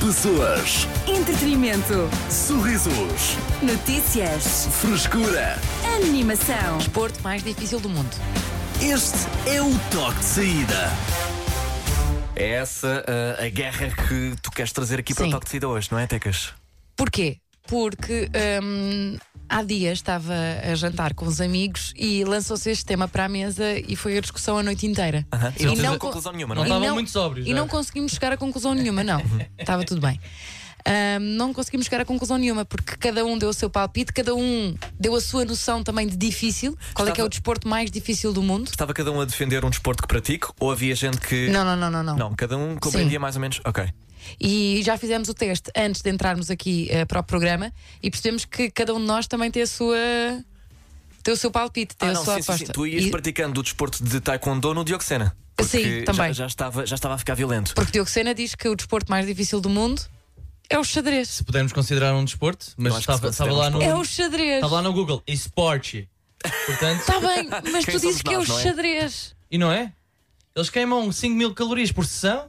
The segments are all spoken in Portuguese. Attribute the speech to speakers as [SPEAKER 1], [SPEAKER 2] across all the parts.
[SPEAKER 1] Pessoas,
[SPEAKER 2] Entretenimento.
[SPEAKER 1] sorrisos,
[SPEAKER 2] Notícias.
[SPEAKER 1] frescura.
[SPEAKER 2] Animação.
[SPEAKER 3] Desporto mais difícil do mundo.
[SPEAKER 1] Este é o toque de saída.
[SPEAKER 4] É essa
[SPEAKER 5] eh,
[SPEAKER 4] uh, a guerra que tu queres trazer aqui para
[SPEAKER 3] Sim.
[SPEAKER 4] o Toque de Saída hoje, não é, Tecas?
[SPEAKER 3] Porquê? Porque hum, há dias estava a jantar com os amigos e lançou-se este tema para a mesa e foi a discussão a noite inteira.
[SPEAKER 4] Aham.
[SPEAKER 3] E
[SPEAKER 4] Não tens a
[SPEAKER 3] co-
[SPEAKER 4] conclusão nenhuma, não é? Uhum.
[SPEAKER 3] e
[SPEAKER 6] Não estavam muito sóbrios,
[SPEAKER 3] E
[SPEAKER 6] não é?
[SPEAKER 3] não conseguimos chegar a conclusão nenhuma, não. Estava tudo bem. Hum, não conseguimos chegar a conclusão nenhuma porque cada um deu o seu palpite, cada um deu a sua noção também de difícil. Qual é que é
[SPEAKER 4] Estava-
[SPEAKER 3] o desporto mais difícil do mundo?
[SPEAKER 4] Estava cada um a defender um desporto que pratico ou havia gente que.
[SPEAKER 3] Não, não, não, não, não.
[SPEAKER 4] Não, cada um compreendia mais ou menos. Ok.
[SPEAKER 3] E já fizemos o teste antes de entrarmos aqui eh, para o programa e percebemos que cada um de nós também tem a sua. Tem o seu palpite, tem
[SPEAKER 4] ah,
[SPEAKER 3] a
[SPEAKER 4] não,
[SPEAKER 3] sua
[SPEAKER 4] sim, sim,
[SPEAKER 3] aposta.
[SPEAKER 4] sim. Tu ias
[SPEAKER 3] E-
[SPEAKER 4] praticando o desporto de taekwondo no Dioxena. porque
[SPEAKER 3] Sim, também.
[SPEAKER 4] Já, já estava, já estava a ficar violento.
[SPEAKER 3] Porque Diogo Sena diz que o desporto mais difícil do mundo é o xadrez.
[SPEAKER 6] Se pudermos considerar um desporto, mas
[SPEAKER 4] Eu acho que se
[SPEAKER 6] estava, estava lá
[SPEAKER 4] considera um
[SPEAKER 6] no,
[SPEAKER 3] É o xadrez.
[SPEAKER 6] estava lá no Google, esporte. Portanto,
[SPEAKER 3] Está bem, mas
[SPEAKER 4] Quem
[SPEAKER 3] tu dizes
[SPEAKER 4] somos
[SPEAKER 3] que é o
[SPEAKER 4] nós, não é?
[SPEAKER 3] xadrez.
[SPEAKER 6] e não é? Eles queimam 5 mil calorias por sessão?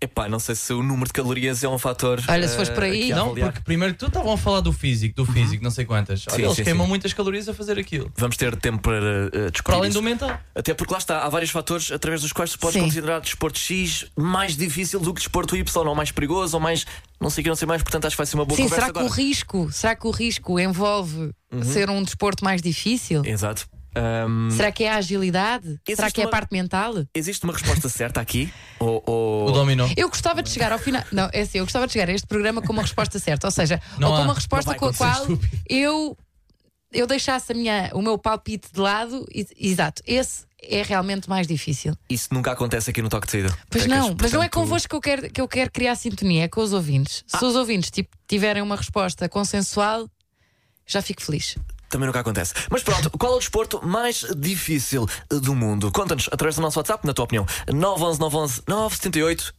[SPEAKER 4] Epá, não sei se o número de calorias é um fator.
[SPEAKER 3] Olha, se
[SPEAKER 4] eh,
[SPEAKER 3] fores por aí-
[SPEAKER 4] aqui a
[SPEAKER 6] não,
[SPEAKER 4] avaliar. Uhum.
[SPEAKER 6] porque primeiro que tudo estavam a falar do físico, do físico, não sei quantas. Olha,
[SPEAKER 4] Sim,
[SPEAKER 6] eles
[SPEAKER 4] sim,
[SPEAKER 6] queimam
[SPEAKER 4] sim.
[SPEAKER 6] muitas calorias a fazer aquilo.
[SPEAKER 4] Vamos ter tempo para eh, discutir.
[SPEAKER 6] Para além
[SPEAKER 4] isso.
[SPEAKER 6] do mental.
[SPEAKER 4] Até porque lá está, há vários fatores através dos quais tu podes
[SPEAKER 3] Sim.
[SPEAKER 4] considerar desporto X mais difícil do que desporto Y, ou mais perigoso, ou mais não sei o que, não sei mais, portanto acho que vai ser uma boa
[SPEAKER 3] Sim,
[SPEAKER 4] conversa
[SPEAKER 3] será que o
[SPEAKER 4] agora. Uhum.
[SPEAKER 3] risco, será que o risco envolve ser um desporto mais difícil?
[SPEAKER 4] Exato. Ahm,
[SPEAKER 3] Será que é a agilidade? será que é a
[SPEAKER 4] uma-
[SPEAKER 3] parte mental?
[SPEAKER 4] existe uma resposta certa aqui? Ou, ou-
[SPEAKER 6] O dominó.
[SPEAKER 3] Eu gostava de chegar ao final. Não, é assim, eu gostava de chegar a este programa com uma resposta certa, ou seja,
[SPEAKER 6] Não
[SPEAKER 3] ou com
[SPEAKER 6] há.
[SPEAKER 3] uma
[SPEAKER 6] Não
[SPEAKER 3] resposta
[SPEAKER 4] vai
[SPEAKER 3] com a
[SPEAKER 4] acontecer,
[SPEAKER 3] qual
[SPEAKER 6] estúpido.
[SPEAKER 3] eu, eu deixasse a minha, o meu palpite de lado. E- Exato, esse é realmente mais difícil.
[SPEAKER 4] Isso nunca acontece aqui no Toque de Saída.
[SPEAKER 3] Pois
[SPEAKER 4] Tecas,
[SPEAKER 3] não, mas não é
[SPEAKER 4] portanto,
[SPEAKER 3] convosco que eu quero, que eu quero criar sintonia, é com os ouvintes. Se os ouvintes tipo, tiverem uma resposta consensual, já fico feliz.
[SPEAKER 4] Também nunca acontece. Mas pronto, qual é o desporto mais difícil do mundo? Conta-nos através do nosso WhatsApp, na tua opinião. 911 911 978.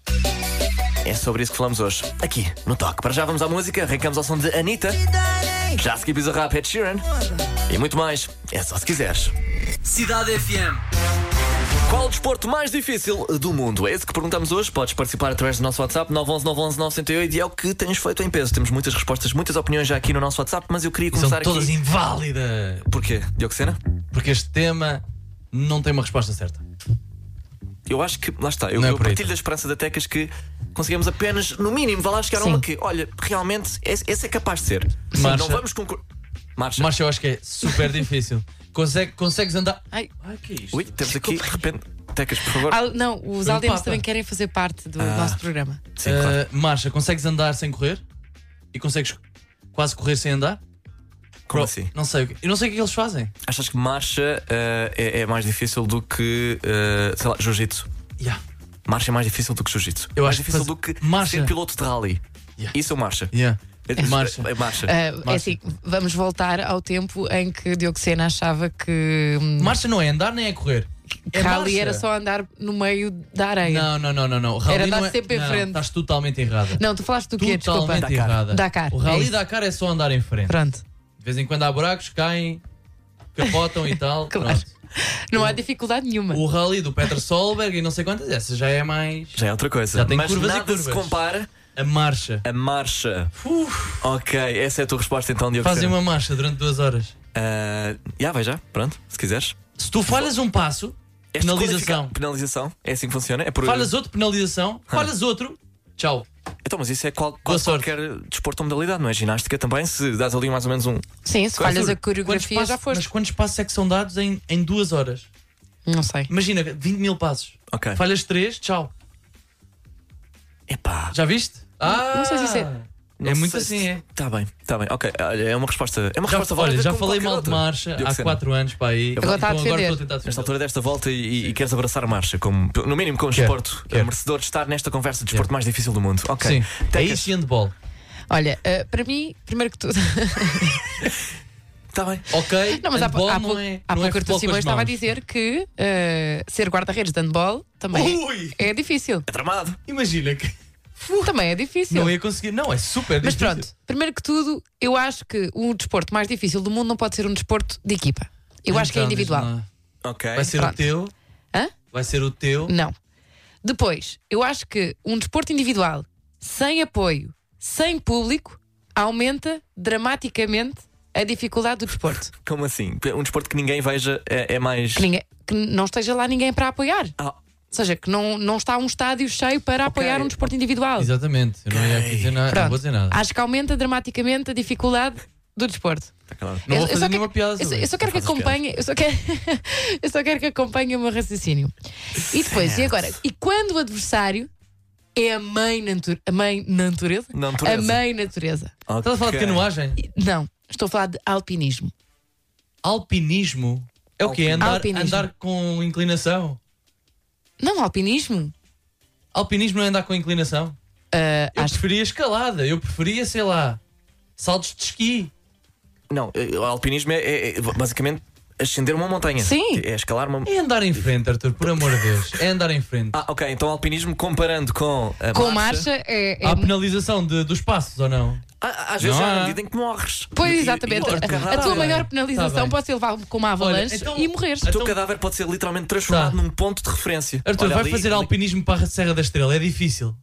[SPEAKER 4] É sobre isso que falamos hoje, aqui no Toque. Para já vamos à música, arrancamos ao som de Anitta. Já a seguir pisa rap, Ed Sheeran. E muito mais, é só se quiseres.
[SPEAKER 1] Cidade FM.
[SPEAKER 4] Qual o desporto mais difícil do mundo? É esse que perguntamos hoje. Podes participar através do nosso WhatsApp 911 911 908 e é o que tens feito em peso. Temos muitas respostas, muitas opiniões já aqui no nosso WhatsApp, mas eu queria
[SPEAKER 6] São
[SPEAKER 4] começar
[SPEAKER 6] todas
[SPEAKER 4] aqui.
[SPEAKER 6] inválidas.
[SPEAKER 4] Porquê? Dioxena?
[SPEAKER 6] Porque este tema não tem uma resposta certa.
[SPEAKER 4] Eu acho que, lá está, eu,
[SPEAKER 6] Não é
[SPEAKER 4] eu
[SPEAKER 6] por aí.
[SPEAKER 4] partilho da esperança da Tecas que conseguimos apenas, no mínimo, vá lá chegar a
[SPEAKER 3] Sim.
[SPEAKER 4] uma que, olha, realmente, esse, esse é capaz de ser.
[SPEAKER 6] Marcha.
[SPEAKER 4] Não vamos concordar. Marcha.
[SPEAKER 6] Mas eu acho que é super difícil. Consegue, consegues andar.
[SPEAKER 3] Ai,
[SPEAKER 6] Ai, que é isto?
[SPEAKER 4] Ui, temos aqui, de repente. Tecas, por favor.
[SPEAKER 3] al- não, os
[SPEAKER 6] Um
[SPEAKER 3] aldeanos
[SPEAKER 6] papa.
[SPEAKER 3] também querem fazer parte do nosso programa.
[SPEAKER 4] Sim, claro.
[SPEAKER 6] Uh, Marcha, consegues andar sem correr? E consegues quase correr sem andar?
[SPEAKER 4] Como
[SPEAKER 6] Bro,
[SPEAKER 4] assim?
[SPEAKER 6] Não sei, o que- eu não sei o que eles fazem.
[SPEAKER 4] Achas que marcha eh, é, é mais difícil do que, eh, sei lá, jiu-jitsu?
[SPEAKER 6] Yeah.
[SPEAKER 4] Marcha é mais difícil do que jiu-jitsu.
[SPEAKER 6] Eu
[SPEAKER 4] mais
[SPEAKER 6] acho que
[SPEAKER 4] É difícil
[SPEAKER 6] faz-
[SPEAKER 4] do que
[SPEAKER 6] marcha.
[SPEAKER 4] ser piloto de rally.
[SPEAKER 6] Yeah.
[SPEAKER 4] Isso é marcha.
[SPEAKER 6] Yeah.
[SPEAKER 4] É-
[SPEAKER 6] Marcha.
[SPEAKER 4] É, marcha.
[SPEAKER 3] Ah, é
[SPEAKER 6] Marcha.
[SPEAKER 3] assim, vamos voltar ao tempo em que Diogo Sena achava que hum,
[SPEAKER 6] Marcha não é andar nem é correr. É
[SPEAKER 3] rally
[SPEAKER 6] marcha.
[SPEAKER 3] era só andar no meio da areia.
[SPEAKER 6] Não, não, não, não. não. O Rally
[SPEAKER 3] É. Era
[SPEAKER 6] não
[SPEAKER 3] andar
[SPEAKER 6] é-
[SPEAKER 3] sempre em
[SPEAKER 6] não,
[SPEAKER 3] frente.
[SPEAKER 6] Estás totalmente errada.
[SPEAKER 3] Não, tu falaste do quê? Desculpa.
[SPEAKER 6] totalmente errada.
[SPEAKER 3] Dakar,
[SPEAKER 6] O
[SPEAKER 3] é
[SPEAKER 6] Rally
[SPEAKER 3] isso.
[SPEAKER 6] Dakar é só andar em frente.
[SPEAKER 3] Pronto.
[SPEAKER 6] De vez em quando há buracos, caem, capotam e tal.
[SPEAKER 3] Claro.
[SPEAKER 6] Pronto.
[SPEAKER 3] Não há dificuldade nenhuma.
[SPEAKER 6] O Rally do Peter Solberg e não sei quantas, essa já é mais.
[SPEAKER 4] Já é outra coisa.
[SPEAKER 6] Já tem
[SPEAKER 4] Mas
[SPEAKER 6] curvas e
[SPEAKER 4] nada se
[SPEAKER 6] curvas.
[SPEAKER 4] compara
[SPEAKER 6] A marcha.
[SPEAKER 4] a marcha.
[SPEAKER 6] Uf,
[SPEAKER 4] Ok, essa é a tua resposta então, Diogo.
[SPEAKER 6] fazem
[SPEAKER 4] Sena.
[SPEAKER 6] uma marcha durante duas horas.
[SPEAKER 4] Ah, já, vai já. Pronto, se quiseres.
[SPEAKER 6] Se tu falhas um passo,
[SPEAKER 4] Este
[SPEAKER 6] penalização.
[SPEAKER 4] qualifica- Penalização. É assim que funciona? É por...
[SPEAKER 6] Falhas outro, penalização.
[SPEAKER 4] Ah.
[SPEAKER 6] Falhas outro, tchau.
[SPEAKER 4] Então, mas isso é qual, quase
[SPEAKER 6] sorte.
[SPEAKER 4] qualquer desporto ou modalidade, não é? Ginástica também, se dás ali mais ou menos um.
[SPEAKER 3] Sim, se
[SPEAKER 4] Quais
[SPEAKER 3] falhas
[SPEAKER 4] são-
[SPEAKER 3] a coreografia
[SPEAKER 6] passos,
[SPEAKER 3] já
[SPEAKER 6] Mas
[SPEAKER 3] foste.
[SPEAKER 6] quantos passos é que são dados em, em duas horas?
[SPEAKER 3] Não sei.
[SPEAKER 6] Imagina, 20 mil passos.
[SPEAKER 4] Ok.
[SPEAKER 6] Falhas três, tchau.
[SPEAKER 4] Epá.
[SPEAKER 6] Já viste? Ah,
[SPEAKER 3] não sei se isso é-
[SPEAKER 6] É muito assim, é.
[SPEAKER 4] Está Tá bem, está bem. Ok, olha, é uma resposta. É uma
[SPEAKER 6] Já,
[SPEAKER 4] resposta
[SPEAKER 6] olha,
[SPEAKER 4] válida
[SPEAKER 6] já
[SPEAKER 4] como
[SPEAKER 6] falei
[SPEAKER 4] qualquer
[SPEAKER 6] mal de
[SPEAKER 4] outra.
[SPEAKER 6] marcha
[SPEAKER 4] Diogo
[SPEAKER 6] há
[SPEAKER 4] Sena.
[SPEAKER 6] 4 anos para aí.
[SPEAKER 3] Agora está a
[SPEAKER 6] Então
[SPEAKER 3] defender.
[SPEAKER 6] estou a tentar
[SPEAKER 4] Nesta
[SPEAKER 6] defender.
[SPEAKER 4] altura desta volta e- e, e queres abraçar a marcha, como, no mínimo como
[SPEAKER 6] Quero,
[SPEAKER 4] desporto,
[SPEAKER 6] quero.
[SPEAKER 4] é merecedor de estar nesta conversa de desporto mais difícil do mundo. Ok.
[SPEAKER 6] Sim, é
[SPEAKER 4] Tecas,
[SPEAKER 6] isso e handball.
[SPEAKER 3] Olha, ah, para mim, primeiro que tudo.
[SPEAKER 4] Está tá bem.
[SPEAKER 6] Ok,
[SPEAKER 3] não, mas há, pou-
[SPEAKER 6] handball
[SPEAKER 3] há, pou-
[SPEAKER 6] não é.
[SPEAKER 3] há
[SPEAKER 6] não é
[SPEAKER 3] pouco o
[SPEAKER 6] futebol com
[SPEAKER 3] Simões
[SPEAKER 6] as
[SPEAKER 3] estava a
[SPEAKER 6] mãos.
[SPEAKER 3] dizer que ah, ser guarda-redes de handball também
[SPEAKER 6] Ui!
[SPEAKER 3] é difícil.
[SPEAKER 4] É tramado.
[SPEAKER 6] Imagina que
[SPEAKER 3] Também é difícil.
[SPEAKER 6] não ia conseguir. Não, é super
[SPEAKER 3] Mas
[SPEAKER 6] difícil.
[SPEAKER 3] pronto, primeiro que tudo, eu acho que o desporto mais difícil do mundo não pode ser um desporto de equipa. Eu acho que é
[SPEAKER 6] Então,
[SPEAKER 3] individual.
[SPEAKER 6] diz-me lá.
[SPEAKER 4] Ok.
[SPEAKER 6] Vai ser
[SPEAKER 3] Pronto.
[SPEAKER 6] o teu.
[SPEAKER 3] Hã?
[SPEAKER 6] Vai ser o teu.
[SPEAKER 3] Não. Depois, eu acho que um desporto individual sem apoio, sem público, aumenta dramaticamente a dificuldade do desporto.
[SPEAKER 4] Como assim? Um desporto que ninguém veja é, é mais.
[SPEAKER 3] Que, ninguém- que não esteja lá ninguém para apoiar. Ou
[SPEAKER 4] Ah,
[SPEAKER 3] seja, que não, não está um estádio cheio para apoiar um desporto individual.
[SPEAKER 6] Exatamente. Eu não ia aqui dizer nada. Não
[SPEAKER 3] Pronto.
[SPEAKER 6] vou dizer nada.
[SPEAKER 3] Acho que aumenta dramaticamente a dificuldade do desporto.
[SPEAKER 4] tá claro.
[SPEAKER 6] Não vou
[SPEAKER 3] eu
[SPEAKER 6] fazer
[SPEAKER 3] só
[SPEAKER 6] nenhuma
[SPEAKER 3] quero-
[SPEAKER 6] piada.
[SPEAKER 3] Eu, só-
[SPEAKER 6] sobre
[SPEAKER 3] eu só
[SPEAKER 6] isso.
[SPEAKER 3] quero que
[SPEAKER 4] fazes piada.
[SPEAKER 3] acompanhe, eu só quero, eu só quero que acompanhe o meu raciocínio. E depois, e agora? E quando o adversário é a mãe, natu- a mãe natureza?
[SPEAKER 4] Natureza.
[SPEAKER 3] A mãe natureza.
[SPEAKER 6] Estás a falar de
[SPEAKER 4] Ok.
[SPEAKER 6] é? canoagem?
[SPEAKER 3] Não, estou a falar de alpinismo.
[SPEAKER 6] Alpinismo? É o quê? Andar,
[SPEAKER 3] Alpinismo.
[SPEAKER 6] andar com inclinação?
[SPEAKER 3] Não, alpinismo?
[SPEAKER 6] Alpinismo não é andar com inclinação?
[SPEAKER 3] Ah,
[SPEAKER 6] Eu
[SPEAKER 3] acho
[SPEAKER 6] preferia escalada. Eu preferia, sei lá, saltos de esqui.
[SPEAKER 4] Não, eh, o alpinismo é, é- é basicamente ascender uma montanha.
[SPEAKER 3] Sim.
[SPEAKER 4] É escalar uma.
[SPEAKER 6] É andar em frente, Arthur, por amor de Deus. É andar em frente.
[SPEAKER 4] Ah, ok, então alpinismo comparando com a
[SPEAKER 3] com marcha é. é
[SPEAKER 6] Há penalização de- dos passos ou não?
[SPEAKER 4] Ah, às vezes
[SPEAKER 6] Não
[SPEAKER 4] há
[SPEAKER 6] há.
[SPEAKER 4] na medida em que morres.
[SPEAKER 3] Pois
[SPEAKER 4] E- e-
[SPEAKER 3] exatamente.
[SPEAKER 4] e o teu
[SPEAKER 3] A- a
[SPEAKER 4] cadáver-
[SPEAKER 3] tua maior
[SPEAKER 6] bem, tá
[SPEAKER 3] penalização
[SPEAKER 6] bem.
[SPEAKER 3] pode ser levar com uma avalanche
[SPEAKER 6] Olha, então-
[SPEAKER 3] e morrer.
[SPEAKER 4] O teu
[SPEAKER 6] Então-
[SPEAKER 4] cadáver pode ser literalmente transformado
[SPEAKER 6] Tá.
[SPEAKER 4] num ponto de referência.
[SPEAKER 6] Arthur,
[SPEAKER 4] Olha
[SPEAKER 6] vai
[SPEAKER 4] ali,
[SPEAKER 6] fazer
[SPEAKER 4] ali.
[SPEAKER 6] alpinismo para a Serra da Estrela. É difícil.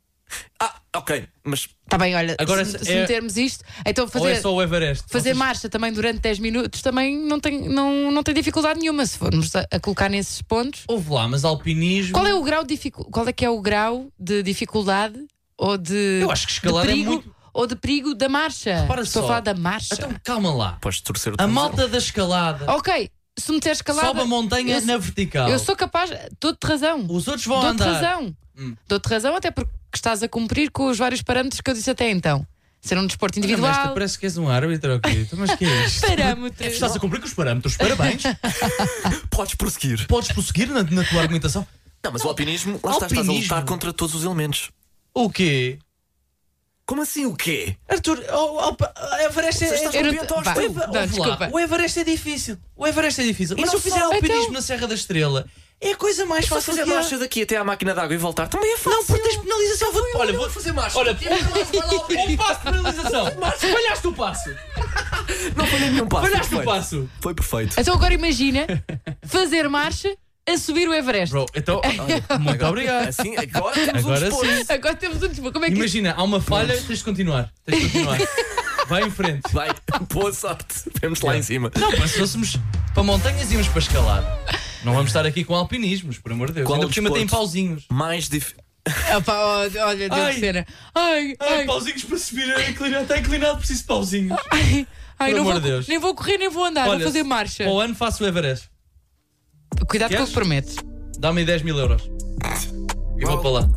[SPEAKER 4] Ah, ok, mas
[SPEAKER 3] Está Tá bem, olha,
[SPEAKER 6] Agora
[SPEAKER 3] se,
[SPEAKER 6] se-
[SPEAKER 3] se
[SPEAKER 6] é-
[SPEAKER 3] metermos isto, então
[SPEAKER 6] Ou
[SPEAKER 3] fazer.
[SPEAKER 6] é só o Everest?
[SPEAKER 3] Fazer
[SPEAKER 6] Vocês-
[SPEAKER 3] marcha também durante 10 minutos também não tem, não, não tem dificuldade nenhuma se formos a, a colocar nesses pontos.
[SPEAKER 6] Ouve lá, mas alpinismo.
[SPEAKER 3] Qual é o grau de dificu- qual é que é o grau de dificuldade ou de
[SPEAKER 6] Eu acho que escalar
[SPEAKER 3] de
[SPEAKER 6] é
[SPEAKER 3] perigo,
[SPEAKER 6] muito-
[SPEAKER 3] ou de perigo da marcha?
[SPEAKER 6] Repara
[SPEAKER 3] Estou
[SPEAKER 6] só.
[SPEAKER 3] a falar da marcha.
[SPEAKER 6] Então calma lá.
[SPEAKER 4] podes torcer o
[SPEAKER 6] A
[SPEAKER 4] tornozelo.
[SPEAKER 6] malta da escalada
[SPEAKER 3] OK, se meter é. Oh, escalada
[SPEAKER 6] sobe a montanha
[SPEAKER 3] eu,
[SPEAKER 6] na vertical.
[SPEAKER 3] eu sou capaz, dou-te razão.
[SPEAKER 6] Os outros vão
[SPEAKER 3] Dou-te
[SPEAKER 6] andar.
[SPEAKER 3] razão.
[SPEAKER 6] Hum.
[SPEAKER 3] Dou-te razão até porque estás a cumprir com os vários parâmetros que eu disse até então. Ser um desporto
[SPEAKER 6] Olha, mas tu
[SPEAKER 3] individual.
[SPEAKER 6] parece que és um árbitro, ok? Então, Mas que é isto?
[SPEAKER 3] Parâmetros.
[SPEAKER 6] Estás a cumprir com os parâmetros, parabéns.
[SPEAKER 4] Podes prosseguir.
[SPEAKER 6] Podes prosseguir na, na tua argumentação.
[SPEAKER 4] Não, mas o alpinismo, lá está, estás a
[SPEAKER 6] Alpinismo.
[SPEAKER 4] lutar contra todos os elementos.
[SPEAKER 6] O quê?
[SPEAKER 4] Como assim o quê?
[SPEAKER 6] Arthur, o, o, Everest é.
[SPEAKER 4] estás
[SPEAKER 3] Eu não-
[SPEAKER 4] com piatões,
[SPEAKER 3] vá,
[SPEAKER 4] tu.
[SPEAKER 3] não,
[SPEAKER 6] Ouve lá,
[SPEAKER 3] desculpa.
[SPEAKER 6] O Everest é difícil. O Everest é difícil. Mas se
[SPEAKER 4] não
[SPEAKER 6] eu fizer
[SPEAKER 4] só.
[SPEAKER 6] alpinismo
[SPEAKER 3] Então-
[SPEAKER 6] na Serra da Estrela, é a coisa mais
[SPEAKER 4] É
[SPEAKER 6] fácil
[SPEAKER 4] fácil
[SPEAKER 6] que
[SPEAKER 4] fazer
[SPEAKER 6] há.
[SPEAKER 4] marcha daqui até à máquina d'água e voltar. Também é fácil.
[SPEAKER 6] Não, porque tens penalização. Vou, olha, vou fazer marcha. Olha, um passo de penalização. Falhaste o passo.
[SPEAKER 4] Não falhei nenhum passo.
[SPEAKER 6] Falhaste o
[SPEAKER 4] Perfeito.
[SPEAKER 6] passo.
[SPEAKER 4] Foi perfeito.
[SPEAKER 3] Então agora imagina fazer marcha a subir o Everest.
[SPEAKER 6] Bro, então, muito obrigado.
[SPEAKER 4] Assim, agora temos
[SPEAKER 6] Agora
[SPEAKER 4] um desporto.
[SPEAKER 6] sim.
[SPEAKER 3] Agora temos um desvio. Como é que
[SPEAKER 6] Imagina, há uma falha, tens de continuar. Tens de continuar. Vai em frente.
[SPEAKER 4] Vai, boa sorte. Vemos lá em cima.
[SPEAKER 6] Não, mas se fôssemos para montanhas íamos para escalar. Não vamos estar aqui com alpinismos, por amor de Deus.
[SPEAKER 4] Qual
[SPEAKER 6] Ainda
[SPEAKER 4] o
[SPEAKER 6] por cima tem
[SPEAKER 4] desporto?
[SPEAKER 6] pauzinhos.
[SPEAKER 4] Mais dif...
[SPEAKER 3] Opa, ó, ah, olha, deu
[SPEAKER 6] Ai.
[SPEAKER 3] de cena. é? Ai,
[SPEAKER 6] Ai,
[SPEAKER 3] ai,
[SPEAKER 6] pauzinhos para subir a inclinar. Está inclinado, preciso de pauzinhos.
[SPEAKER 3] ai, ai,
[SPEAKER 6] Por
[SPEAKER 3] não
[SPEAKER 6] amor
[SPEAKER 3] vou,
[SPEAKER 6] de Deus.
[SPEAKER 3] nem vou correr, nem Ah, vou andar, vou fazer marcha.
[SPEAKER 6] Para o ano faço o Everest.
[SPEAKER 3] Cuidado com o que
[SPEAKER 6] Queres?
[SPEAKER 3] prometes.
[SPEAKER 6] Dá-me 10 mil euros. E vou para lá.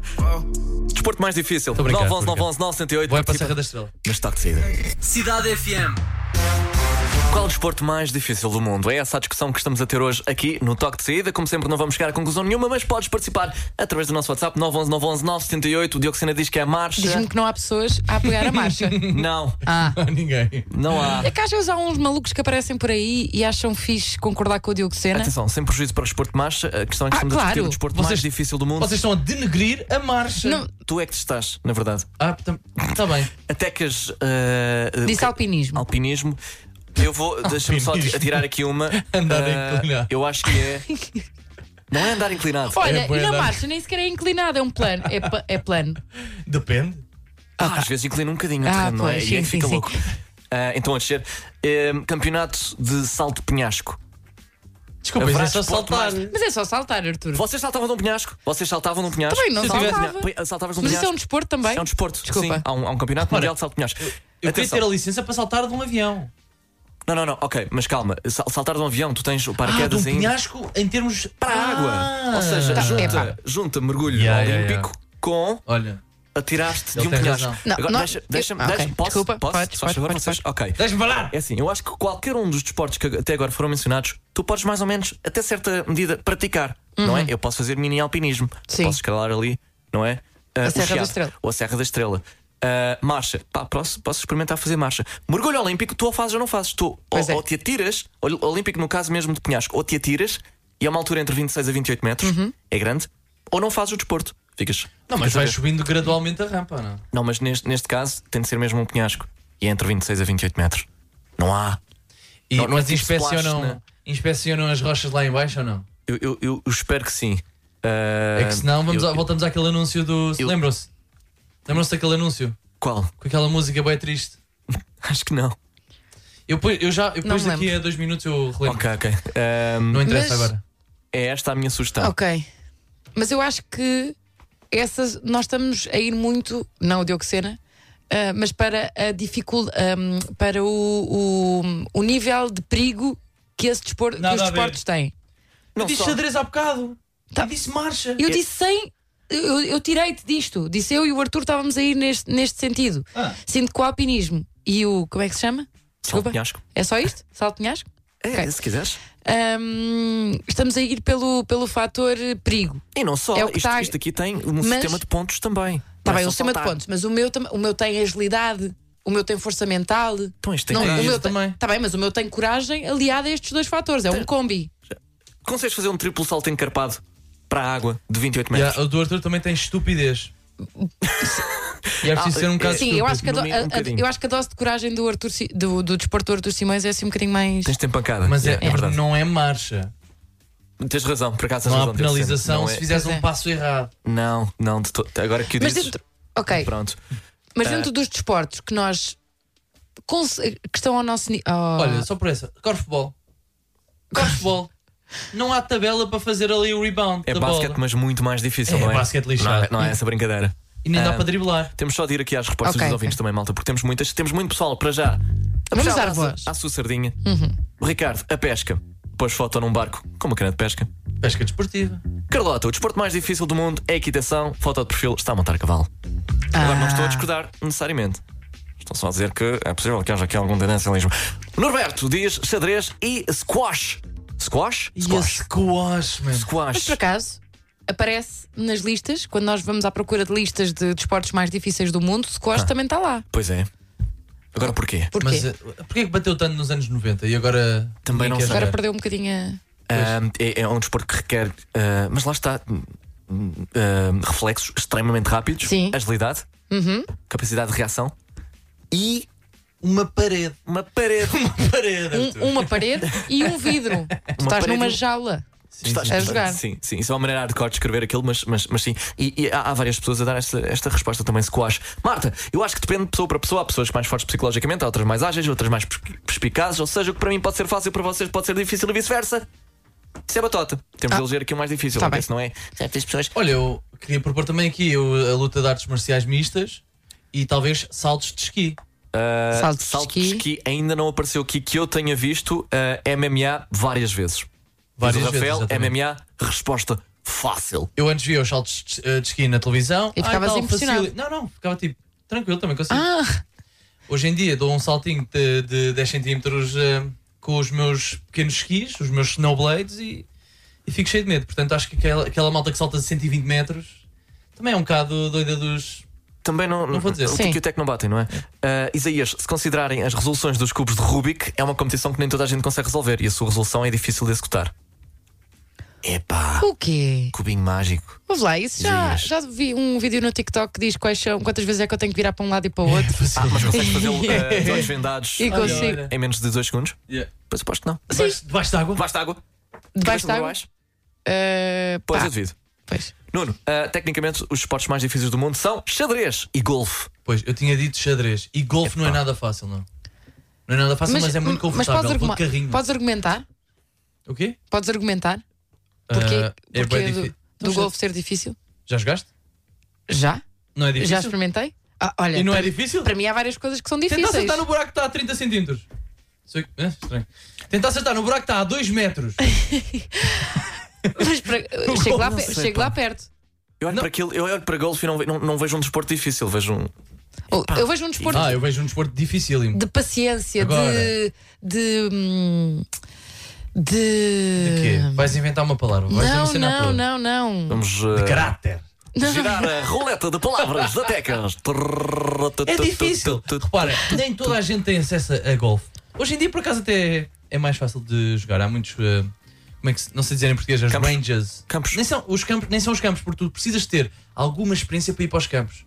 [SPEAKER 4] Desporto mais difícil.
[SPEAKER 6] a brincar,
[SPEAKER 4] 911,
[SPEAKER 6] tô a brincar.
[SPEAKER 4] 911, 908.
[SPEAKER 6] Vai é para a
[SPEAKER 4] participa.
[SPEAKER 6] Serra da Estrela.
[SPEAKER 4] Mas está de saída.
[SPEAKER 1] Cidade FM.
[SPEAKER 4] Qual o desporto mais difícil do mundo? É essa a discussão que estamos a ter hoje aqui no Toque de Saída. Como sempre, não vamos chegar a conclusão nenhuma, mas podes participar através do nosso WhatsApp 911 911 978. O Dioxina diz que é marcha.
[SPEAKER 3] Diz-me que não há pessoas a apoiar a marcha.
[SPEAKER 4] Não,
[SPEAKER 3] Ah.
[SPEAKER 6] Ah, ninguém.
[SPEAKER 4] não há.
[SPEAKER 3] É que às vezes há uns malucos que aparecem por aí e acham fixe concordar com o Diogo Sena.
[SPEAKER 4] Atenção, sem prejuízo para o desporto de marcha, a questão é que
[SPEAKER 3] é. Ah,
[SPEAKER 4] estamos a discutir
[SPEAKER 3] claro.
[SPEAKER 4] o desporto
[SPEAKER 6] Vocês-
[SPEAKER 4] mais difícil do mundo.
[SPEAKER 6] Vocês estão a denegrir a marcha.
[SPEAKER 3] Não,
[SPEAKER 4] Tu é que estás, na verdade.
[SPEAKER 6] Ah, está bem.
[SPEAKER 4] Até que as. eh, eh,
[SPEAKER 3] disse alpinismo.
[SPEAKER 4] alpinismo. Eu vou. Deixa-me só
[SPEAKER 6] Alpinismo.
[SPEAKER 4] atirar aqui uma.
[SPEAKER 6] Andar
[SPEAKER 4] Ah,
[SPEAKER 6] inclinado.
[SPEAKER 4] Eu acho que é. Não é andar inclinado.
[SPEAKER 3] Olha,
[SPEAKER 6] É bué
[SPEAKER 3] e na
[SPEAKER 6] da-
[SPEAKER 3] marcha nem sequer é inclinada, é um plano. É, pa- é plano.
[SPEAKER 6] Depende.
[SPEAKER 4] Ah, às vezes inclina um bocadinho o
[SPEAKER 3] Ah,
[SPEAKER 4] terreno, não é?
[SPEAKER 3] pois,
[SPEAKER 4] E
[SPEAKER 3] sim,
[SPEAKER 4] é que
[SPEAKER 3] sim,
[SPEAKER 4] fica
[SPEAKER 3] sim.
[SPEAKER 4] louco. Ah, então, a descer. Ehm, campeonato de salto penhasco.
[SPEAKER 6] Desculpa,
[SPEAKER 4] Haverá
[SPEAKER 6] isso é só
[SPEAKER 4] desporto
[SPEAKER 6] saltar.
[SPEAKER 4] mais-
[SPEAKER 3] Mas é só saltar, Arturo.
[SPEAKER 4] Vocês saltavam de um penhasco? Vocês saltavam de um penhasco?
[SPEAKER 3] Também não
[SPEAKER 6] Se eu tivesse-
[SPEAKER 3] saltava.
[SPEAKER 4] Pe- Saltavas de um
[SPEAKER 3] Mas isso
[SPEAKER 4] penhasco?
[SPEAKER 3] é um desporto também.
[SPEAKER 4] É um desporto.
[SPEAKER 3] Desculpa.
[SPEAKER 4] Sim, há um, há um campeonato mundial de salto de penhasco.
[SPEAKER 6] Eu queria
[SPEAKER 4] Atenção.
[SPEAKER 6] ter a licença para saltar de um avião.
[SPEAKER 4] Não, não, não. Ok, mas calma. Sal- Saltar de um avião, tu tens o
[SPEAKER 6] Ah, de um
[SPEAKER 4] paraquedas ainda.
[SPEAKER 6] penhasco em termos
[SPEAKER 4] para a água.
[SPEAKER 6] Ah.
[SPEAKER 4] Ou seja,
[SPEAKER 6] Tá,
[SPEAKER 4] junta,
[SPEAKER 3] epá.
[SPEAKER 4] junta mergulho
[SPEAKER 6] Yeah, yeah,
[SPEAKER 4] olímpico com
[SPEAKER 6] Olha,
[SPEAKER 4] atiraste de
[SPEAKER 6] Ele
[SPEAKER 4] um
[SPEAKER 6] tem
[SPEAKER 4] penhasco.
[SPEAKER 6] razão.
[SPEAKER 3] Não,
[SPEAKER 4] Agora,
[SPEAKER 3] não-
[SPEAKER 4] deixa,
[SPEAKER 3] eu-
[SPEAKER 4] deixa-me,
[SPEAKER 3] ah, ok.
[SPEAKER 4] deixa-me- posso?
[SPEAKER 3] Desculpa,
[SPEAKER 4] posso?
[SPEAKER 3] pode,
[SPEAKER 4] Se
[SPEAKER 3] pode,
[SPEAKER 4] faz favor,
[SPEAKER 3] pode,
[SPEAKER 4] vocês. Ok.
[SPEAKER 6] deixa-me falar!
[SPEAKER 4] É assim, eu acho que qualquer um dos desportos que até agora foram mencionados, tu podes mais ou menos, até certa medida, praticar, não é? Eu posso fazer mini alpinismo,
[SPEAKER 3] Uhum. Sim.
[SPEAKER 4] posso escalar ali, não é? Ah,
[SPEAKER 3] A Serra
[SPEAKER 4] o
[SPEAKER 3] da
[SPEAKER 4] Chiado,
[SPEAKER 3] Estrela.
[SPEAKER 4] Ou a Serra da Estrela. Ah, marcha, pá, posso, posso experimentar fazer marcha. Mergulho olímpico, tu ou fazes ou não fazes. Tu ou,
[SPEAKER 3] Pois é.
[SPEAKER 4] ou te atiras, ol- olímpico no caso mesmo de penhasco, ou te atiras, e a uma altura entre 26 a 28 metros,
[SPEAKER 3] Uhum.
[SPEAKER 4] é grande, ou não fazes o desporto. Ficas.
[SPEAKER 6] Não, mas
[SPEAKER 4] ficas a
[SPEAKER 6] vai
[SPEAKER 4] ver.
[SPEAKER 6] subindo gradualmente a rampa, não?
[SPEAKER 4] Não, mas neste, neste caso tem de ser mesmo um penhasco. E é entre 26 a 28 metros. Não há.
[SPEAKER 6] E,
[SPEAKER 4] Não, não é
[SPEAKER 6] mas
[SPEAKER 4] tipo
[SPEAKER 6] inspecionam,
[SPEAKER 4] splash, né?
[SPEAKER 6] inspecionam as rochas lá em baixo ou não?
[SPEAKER 4] Eu, eu- eu espero que sim. Ah,
[SPEAKER 6] É que senão vamos
[SPEAKER 4] eu-
[SPEAKER 6] a- voltamos àquele anúncio do. se
[SPEAKER 4] eu-
[SPEAKER 6] Lembram-se? Lembram-se daquele anúncio?
[SPEAKER 4] Qual?
[SPEAKER 6] Com aquela música bem triste.
[SPEAKER 4] Acho que não.
[SPEAKER 6] Eu, pus- eu já, eu
[SPEAKER 3] Não
[SPEAKER 6] depois
[SPEAKER 3] me
[SPEAKER 6] daqui a dois minutos eu relembro.
[SPEAKER 4] Ok, ok. Ahm,
[SPEAKER 6] Não interessa
[SPEAKER 3] Mas-
[SPEAKER 6] agora.
[SPEAKER 4] é esta a minha sugestão.
[SPEAKER 3] Ok. Mas eu acho que essas, nós estamos a ir muito, não o Diogo Sena, ah, mas para, a dificul, ah, para o, o- o nível de perigo que, esse dispor, que
[SPEAKER 6] Nada
[SPEAKER 3] os
[SPEAKER 6] a ver.
[SPEAKER 3] desportos têm.
[SPEAKER 6] Eu disse
[SPEAKER 4] só.
[SPEAKER 6] xadrez há bocado.
[SPEAKER 3] Tá.
[SPEAKER 6] Eu disse marcha.
[SPEAKER 3] Eu disse sem. Eu, eu tirei-te disto. Disse eu e o Arthur estávamos a ir neste, neste sentido.
[SPEAKER 6] Ah.
[SPEAKER 3] Sinto que o alpinismo e o. Como é que se chama? Desculpa.
[SPEAKER 4] Salto-penhasco.
[SPEAKER 3] É só isto? Salto penhasco?
[SPEAKER 4] É,
[SPEAKER 3] Ok.
[SPEAKER 4] se quiseres.
[SPEAKER 3] Hum, estamos a ir pelo, pelo fator eh, perigo.
[SPEAKER 4] E não só,
[SPEAKER 3] É o que
[SPEAKER 4] isto,
[SPEAKER 3] tá-
[SPEAKER 4] isto aqui tem um
[SPEAKER 3] Mas-
[SPEAKER 4] sistema de pontos também.
[SPEAKER 3] Está
[SPEAKER 4] Não é
[SPEAKER 3] bem,
[SPEAKER 4] só
[SPEAKER 3] um sistema de
[SPEAKER 4] saltar.
[SPEAKER 3] pontos, mas o meu, tam- o meu tem agilidade, o meu tem força mental.
[SPEAKER 4] Então isto tem
[SPEAKER 3] o
[SPEAKER 4] coragem.
[SPEAKER 3] meu tem-
[SPEAKER 6] também.
[SPEAKER 3] Tá bem, mas o meu tem coragem aliada a estes dois fatores. É um combi.
[SPEAKER 4] Consegues fazer um triplo salto encarpado para a água de 28
[SPEAKER 6] E
[SPEAKER 4] metros?
[SPEAKER 6] a- a do Arthur também tem estupidez. e é preciso ser um caso
[SPEAKER 3] Ah, Sim,
[SPEAKER 6] estúpido.
[SPEAKER 3] eu acho, que a do-
[SPEAKER 4] no mínimo um
[SPEAKER 3] a- a-
[SPEAKER 4] bocadinho.
[SPEAKER 3] eu acho que a dose de coragem do, Arthur, Si- do, do desportor Arthur Simões é assim um bocadinho mais.
[SPEAKER 4] Tens de ter pancada.
[SPEAKER 6] Mas é,
[SPEAKER 4] é verdade.
[SPEAKER 6] não é marcha.
[SPEAKER 4] Tens razão, por acaso tens
[SPEAKER 6] Não há
[SPEAKER 4] razão, Diogo Sena.
[SPEAKER 6] penalização
[SPEAKER 4] Não
[SPEAKER 6] se
[SPEAKER 4] é-
[SPEAKER 6] fizeres
[SPEAKER 3] Pois
[SPEAKER 6] um
[SPEAKER 3] é.
[SPEAKER 6] passo errado.
[SPEAKER 4] Não, não, de todo. Agora que o
[SPEAKER 3] Mas
[SPEAKER 4] dizes.
[SPEAKER 3] dentro. Ok,
[SPEAKER 4] Pronto. tá.
[SPEAKER 3] mas dentro dos desportos que nós. cons- que estão ao nosso nível.
[SPEAKER 6] Olha, só por essa. Corfball. Corfball. não há tabela para fazer ali o rebound
[SPEAKER 4] É
[SPEAKER 6] da
[SPEAKER 4] basquete,
[SPEAKER 6] bola.
[SPEAKER 4] mas muito mais difícil,
[SPEAKER 6] É
[SPEAKER 4] não é?
[SPEAKER 6] basquete lixado.
[SPEAKER 4] Não é, não é essa brincadeira.
[SPEAKER 6] E nem dá
[SPEAKER 4] Ah.
[SPEAKER 6] para driblar.
[SPEAKER 4] Temos só de ir aqui às respostas
[SPEAKER 3] Ok,
[SPEAKER 4] dos ouvintes
[SPEAKER 3] ok.
[SPEAKER 4] também, malta, porque temos muitas. Temos muito pessoal para já. A
[SPEAKER 3] Vamos dar
[SPEAKER 4] puxar a brasa
[SPEAKER 3] voz. Uhum.
[SPEAKER 4] À sua sardinha. Ricardo, a pesca. Pôs foto num barco com uma cana de pesca.
[SPEAKER 6] Pesca desportiva.
[SPEAKER 4] Carlota, o desporto mais difícil do mundo é a equitação. Foto de perfil está a montar cavalo. Agora não estou
[SPEAKER 3] Ah.
[SPEAKER 4] a discordar necessariamente. Estou só a dizer que é possível que haja aqui algum tendencialismo. Norberto diz xadrez e squash. Squash? Squash.
[SPEAKER 6] E a squash, man.
[SPEAKER 3] Mas por
[SPEAKER 4] Squash.
[SPEAKER 3] acaso aparece nas listas, quando nós vamos à procura de listas de desportos mais difíceis do mundo, squash
[SPEAKER 4] Ah.
[SPEAKER 3] também está lá.
[SPEAKER 4] Pois é. Agora porquê?
[SPEAKER 3] Porquê?
[SPEAKER 6] Mas eh, porquê é que bateu tanto nos anos 90 e agora.
[SPEAKER 4] Também
[SPEAKER 6] ninguém
[SPEAKER 4] não
[SPEAKER 6] quer
[SPEAKER 4] sei.
[SPEAKER 3] Agora
[SPEAKER 6] jogar?
[SPEAKER 3] perdeu um bocadinho a.
[SPEAKER 4] Ah, é, é um desporto que requer. ah, mas lá está. hum, hum, ah, reflexos extremamente rápidos.
[SPEAKER 3] Sim. Uhum.
[SPEAKER 4] Agilidade. Capacidade de reação. E
[SPEAKER 6] Uma parede.
[SPEAKER 4] uma parede.
[SPEAKER 6] Uma parede. Arthur.
[SPEAKER 3] um- uma parede e um vidro. tu estás
[SPEAKER 4] parede
[SPEAKER 3] numa
[SPEAKER 4] e um-
[SPEAKER 3] jaula.
[SPEAKER 6] Sim,
[SPEAKER 4] Estás-
[SPEAKER 6] sim.
[SPEAKER 3] a jogar.
[SPEAKER 4] Sim, sim. Isso é uma maneira hardcore de escrever aquilo, mas, mas, mas sim. E, e há, há várias pessoas a dar esta, esta resposta também, squash. Marta, eu acho que depende de pessoa para pessoa. Há pessoas mais fortes psicologicamente, há outras mais ágeis, outras mais pers- perspicazes. Ou seja, o que para mim pode ser fácil, para vocês pode ser difícil e vice-versa. Isso é batota. Temos de eleger aqui o mais difícil,
[SPEAKER 3] Tá
[SPEAKER 4] porque
[SPEAKER 3] bem.
[SPEAKER 4] se não é. Certas pessoas.
[SPEAKER 6] Olha, eu queria propor também aqui eu- a luta de artes marciais mistas e talvez saltos de esqui.
[SPEAKER 4] Ah,
[SPEAKER 3] Salto de esqui.
[SPEAKER 4] ainda não apareceu aqui que eu tenha visto ah, MMA várias vezes.
[SPEAKER 6] Várias
[SPEAKER 4] Diz o Rafael,
[SPEAKER 6] vezes. exatamente.
[SPEAKER 4] MMA, resposta fácil.
[SPEAKER 6] Eu antes via os saltos de, eh, de esqui na televisão.
[SPEAKER 3] E
[SPEAKER 6] Ah,
[SPEAKER 3] ficavas
[SPEAKER 6] tal,
[SPEAKER 3] impressionado.
[SPEAKER 6] facili- Não, não, ficava tipo, tranquilo, também consigo.
[SPEAKER 3] Ah,
[SPEAKER 6] Hoje em dia dou um saltinho de, de 10 centímetros eh, com os meus pequenos esquis, os meus snowblades e, e fico cheio de medo. Portanto, acho que aquela, aquela malta que salta de 120 metros também é um bocado doida dos.
[SPEAKER 4] Também não,
[SPEAKER 6] Não vou dizer.
[SPEAKER 4] O
[SPEAKER 3] Sim.
[SPEAKER 4] tic e o tec não batem, não é? Ah, Isaías, se considerarem as resoluções dos cubos de Rubik, é uma competição que nem toda a gente consegue resolver e a sua resolução é difícil de executar. Epá,
[SPEAKER 3] o quê?
[SPEAKER 4] cubinho mágico.
[SPEAKER 3] Vamos lá, isso já,
[SPEAKER 4] Dias.
[SPEAKER 3] já vi um vídeo no TikTok que diz quais são, quantas vezes é que eu tenho que virar para um lado e para o outro.
[SPEAKER 4] Ah, mas consegues fazê-lo ah, de olhos vendados
[SPEAKER 3] E consigo.
[SPEAKER 6] olha.
[SPEAKER 4] em menos de 2 segundos?
[SPEAKER 6] Yeah.
[SPEAKER 4] Pois aposto que não.
[SPEAKER 6] Debaixo, debaixo de água.
[SPEAKER 4] Basta água.
[SPEAKER 3] Debaixo de
[SPEAKER 4] Cabeça para
[SPEAKER 3] água.
[SPEAKER 4] baixo.
[SPEAKER 3] Ah,
[SPEAKER 4] Pois
[SPEAKER 3] pá,
[SPEAKER 4] eu devido.
[SPEAKER 3] pois.
[SPEAKER 4] Nuno, ah, tecnicamente os esportes mais difíceis do mundo são xadrez e golfe.
[SPEAKER 6] Pois, eu tinha dito xadrez. E golfe não é nada fácil, não. Não é nada fácil, mas, é muito confortável.
[SPEAKER 3] podes,
[SPEAKER 6] com
[SPEAKER 3] arguma-
[SPEAKER 6] o carrinho.
[SPEAKER 3] podes argumentar?
[SPEAKER 6] O quê?
[SPEAKER 3] Podes argumentar? Porque,
[SPEAKER 6] Ah, é
[SPEAKER 3] porque
[SPEAKER 6] bem
[SPEAKER 3] do,
[SPEAKER 6] difícil.
[SPEAKER 3] do
[SPEAKER 6] Então já-
[SPEAKER 3] golfe ser difícil?
[SPEAKER 6] Já jogaste?
[SPEAKER 3] Já?
[SPEAKER 6] Não é
[SPEAKER 3] Já
[SPEAKER 6] difícil?
[SPEAKER 3] experimentei? Ah, olha,
[SPEAKER 6] E não é
[SPEAKER 3] para-
[SPEAKER 6] difícil?
[SPEAKER 3] Para mim há várias coisas que são
[SPEAKER 6] Tentar
[SPEAKER 3] difíceis.
[SPEAKER 6] acertar no buraco que está a 30 centímetros. Sei que- é, estranho. Tentar acertar no buraco que está a 2 metros.
[SPEAKER 3] Mas para- chego, lá,
[SPEAKER 4] não
[SPEAKER 3] pe-
[SPEAKER 4] sei,
[SPEAKER 3] chego
[SPEAKER 4] pá.
[SPEAKER 3] lá perto.
[SPEAKER 4] Eu olho para aquilo, eu olho para golfe e não, ve- não- não vejo um desporto difícil, vejo um.
[SPEAKER 3] Ou- Eu vejo um desporto
[SPEAKER 6] Ah, eu vejo um desporto dificílimo.
[SPEAKER 3] de paciência,
[SPEAKER 6] Agora.
[SPEAKER 3] de. de. hum,
[SPEAKER 6] De
[SPEAKER 3] de.
[SPEAKER 6] quê? é, Vais inventar uma palavra. Vais
[SPEAKER 3] Não,
[SPEAKER 6] alucinar
[SPEAKER 3] não,
[SPEAKER 6] por outra.
[SPEAKER 3] não, não.
[SPEAKER 4] Vamos. ah,
[SPEAKER 6] Caráter.
[SPEAKER 4] girar a roleta de palavras da Tecas.
[SPEAKER 6] É difícil. Repara, nem toda a gente tem acesso a golfe. Hoje em dia, por acaso, até é mais fácil de jogar. Há muitos. eh, como é que se, não sei dizer em português, as
[SPEAKER 4] Campos.
[SPEAKER 6] ranges.
[SPEAKER 4] Campos.
[SPEAKER 6] Nem são, os campos. Nem são os campos, porque tu precisas ter alguma experiência para ir para os campos.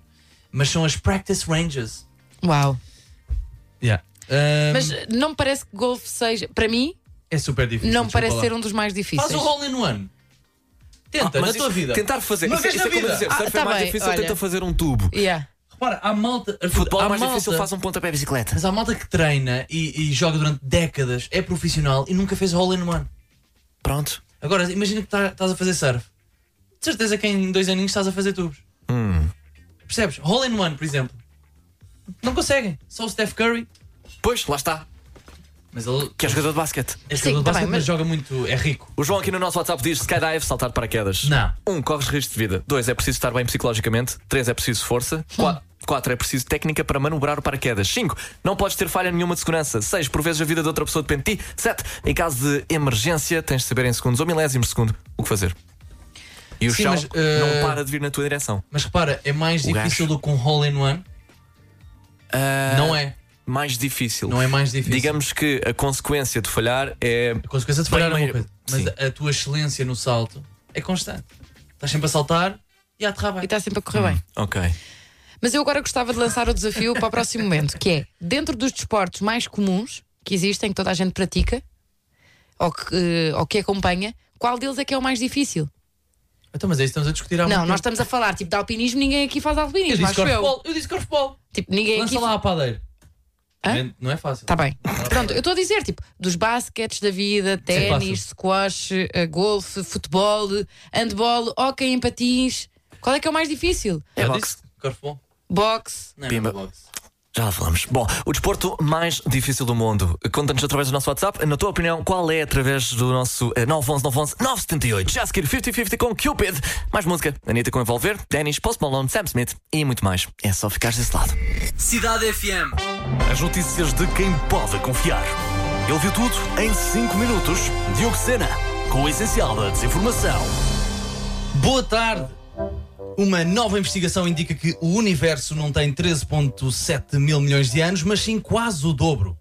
[SPEAKER 6] Mas são as practice ranges.
[SPEAKER 3] Uau.
[SPEAKER 6] um, Yeah. Ahm,
[SPEAKER 3] Mas não me parece que golfe seja. Para mim,
[SPEAKER 6] é super difícil.
[SPEAKER 3] não me
[SPEAKER 6] desculpa
[SPEAKER 3] parece
[SPEAKER 6] lá.
[SPEAKER 3] ser um dos mais difíceis.
[SPEAKER 4] é
[SPEAKER 6] Faz o roll in one. Tenta, na tua vida.
[SPEAKER 4] Tentar fazer.
[SPEAKER 6] Uma
[SPEAKER 4] Ah, isso,
[SPEAKER 6] vez
[SPEAKER 4] isso
[SPEAKER 6] na
[SPEAKER 4] é como
[SPEAKER 6] vida.
[SPEAKER 4] dizer,
[SPEAKER 3] Ah,
[SPEAKER 4] surf
[SPEAKER 3] tá
[SPEAKER 4] é mais
[SPEAKER 3] bem,
[SPEAKER 4] difícil,
[SPEAKER 3] olha.
[SPEAKER 4] tenta fazer um tubo.
[SPEAKER 3] Yeah.
[SPEAKER 6] Repara, há malta. Arthur,
[SPEAKER 4] Futebol
[SPEAKER 6] há
[SPEAKER 4] mais
[SPEAKER 6] malta,
[SPEAKER 4] difícil faz um pontapé bicicleta.
[SPEAKER 6] Mas há malta que treina e, e joga durante décadas, é profissional e nunca fez all in one.
[SPEAKER 4] Pronto.
[SPEAKER 6] Agora, imagina que tá- estás a fazer surf. De certeza que em dois aninhos estás a fazer tubos.
[SPEAKER 4] Hum.
[SPEAKER 6] Percebes? All in one, por exemplo. Não conseguem. Só o Steph Curry.
[SPEAKER 4] Pois, lá está.
[SPEAKER 6] Mas ele
[SPEAKER 4] Que é jogador de basquete.
[SPEAKER 6] é
[SPEAKER 3] Sim,
[SPEAKER 6] jogador de
[SPEAKER 3] tá
[SPEAKER 6] basquete,
[SPEAKER 3] bem,
[SPEAKER 6] mas
[SPEAKER 3] mas-
[SPEAKER 6] joga muito. É rico.
[SPEAKER 4] O João aqui no nosso WhatsApp diz skydive, saltar de paraquedas.
[SPEAKER 6] Não.
[SPEAKER 4] 1. Um, corres risco de vida. 2. É preciso estar bem psicologicamente. 3. É preciso força.
[SPEAKER 6] Hum.
[SPEAKER 4] 4. É preciso técnica para manobrar o paraquedas. 5. Não podes ter falha nenhuma de segurança. 6. Por vezes a vida de outra pessoa depende de ti. 7. Em caso de emergência, tens de saber em segundos ou milésimos de segundo o que fazer. E o
[SPEAKER 6] Sim,
[SPEAKER 4] chão
[SPEAKER 6] mas, eh,
[SPEAKER 4] não para de vir na tua direção.
[SPEAKER 6] Mas repara, é mais
[SPEAKER 4] O
[SPEAKER 6] difícil do que um all in one.
[SPEAKER 4] Ah,
[SPEAKER 6] não é.
[SPEAKER 4] Mais difícil.
[SPEAKER 6] Não é mais difícil.
[SPEAKER 4] Digamos que a consequência de falhar é.
[SPEAKER 6] A consequência de falhar é
[SPEAKER 4] Bem, mas-
[SPEAKER 6] uma coisa. Mas
[SPEAKER 4] sim.
[SPEAKER 6] a, a tua excelência no salto é constante. Estás sempre a saltar e a aterrar
[SPEAKER 3] E
[SPEAKER 6] bem.
[SPEAKER 3] está sempre a correr bem.
[SPEAKER 6] Hum.
[SPEAKER 4] Ok.
[SPEAKER 3] Mas eu agora gostava de lançar o desafio para o próximo momento, que é dentro dos desportos mais comuns que existem, que toda a gente pratica ou que, eh, ou que acompanha, qual deles é que é o mais difícil?
[SPEAKER 6] Então, mas é isso que estamos a discutir há
[SPEAKER 3] Não,
[SPEAKER 6] muito
[SPEAKER 3] nós
[SPEAKER 6] tempo.
[SPEAKER 3] estamos a falar tipo de alpinismo, ninguém aqui faz
[SPEAKER 6] Eu
[SPEAKER 3] alpinismo, acho
[SPEAKER 6] disse
[SPEAKER 3] eu.
[SPEAKER 6] corfball. Eu disse corfball.
[SPEAKER 3] Tipo, ninguém
[SPEAKER 6] Lança
[SPEAKER 3] aqui.
[SPEAKER 6] lá a padeira.
[SPEAKER 3] Hã?
[SPEAKER 6] Não é fácil.
[SPEAKER 3] Tá bem. Pronto, eu estou a dizer, tipo, dos basquetes da vida, ténis, squash, eh, golfe, futebol, handball, hóquei em patins. Qual é que é o mais difícil?
[SPEAKER 4] É
[SPEAKER 6] Eu
[SPEAKER 4] boxe.
[SPEAKER 6] disse corfball.
[SPEAKER 3] Boxe.
[SPEAKER 6] Não,
[SPEAKER 4] Pimba.
[SPEAKER 6] não é boxe.
[SPEAKER 4] Já lá falamos. Bom, o desporto mais difícil do mundo. Conta-nos através do nosso WhatsApp. Na tua opinião, qual é através do nosso eh, 911 911 978? Já a seguir 50-50 com Cupid. Mais música. Anitta com Envolver, Dennis, Post Malone, Sam Smith e muito mais. É só ficares desse lado.
[SPEAKER 1] Cidade FM.
[SPEAKER 5] As notícias de quem pode confiar. Ele viu tudo em 5 minutos. Diogo Sena, com o essencial da desinformação.
[SPEAKER 6] Boa tarde. Uma nova investigação indica que o universo não tem 13,7 mil milhões de anos, mas sim quase o dobro.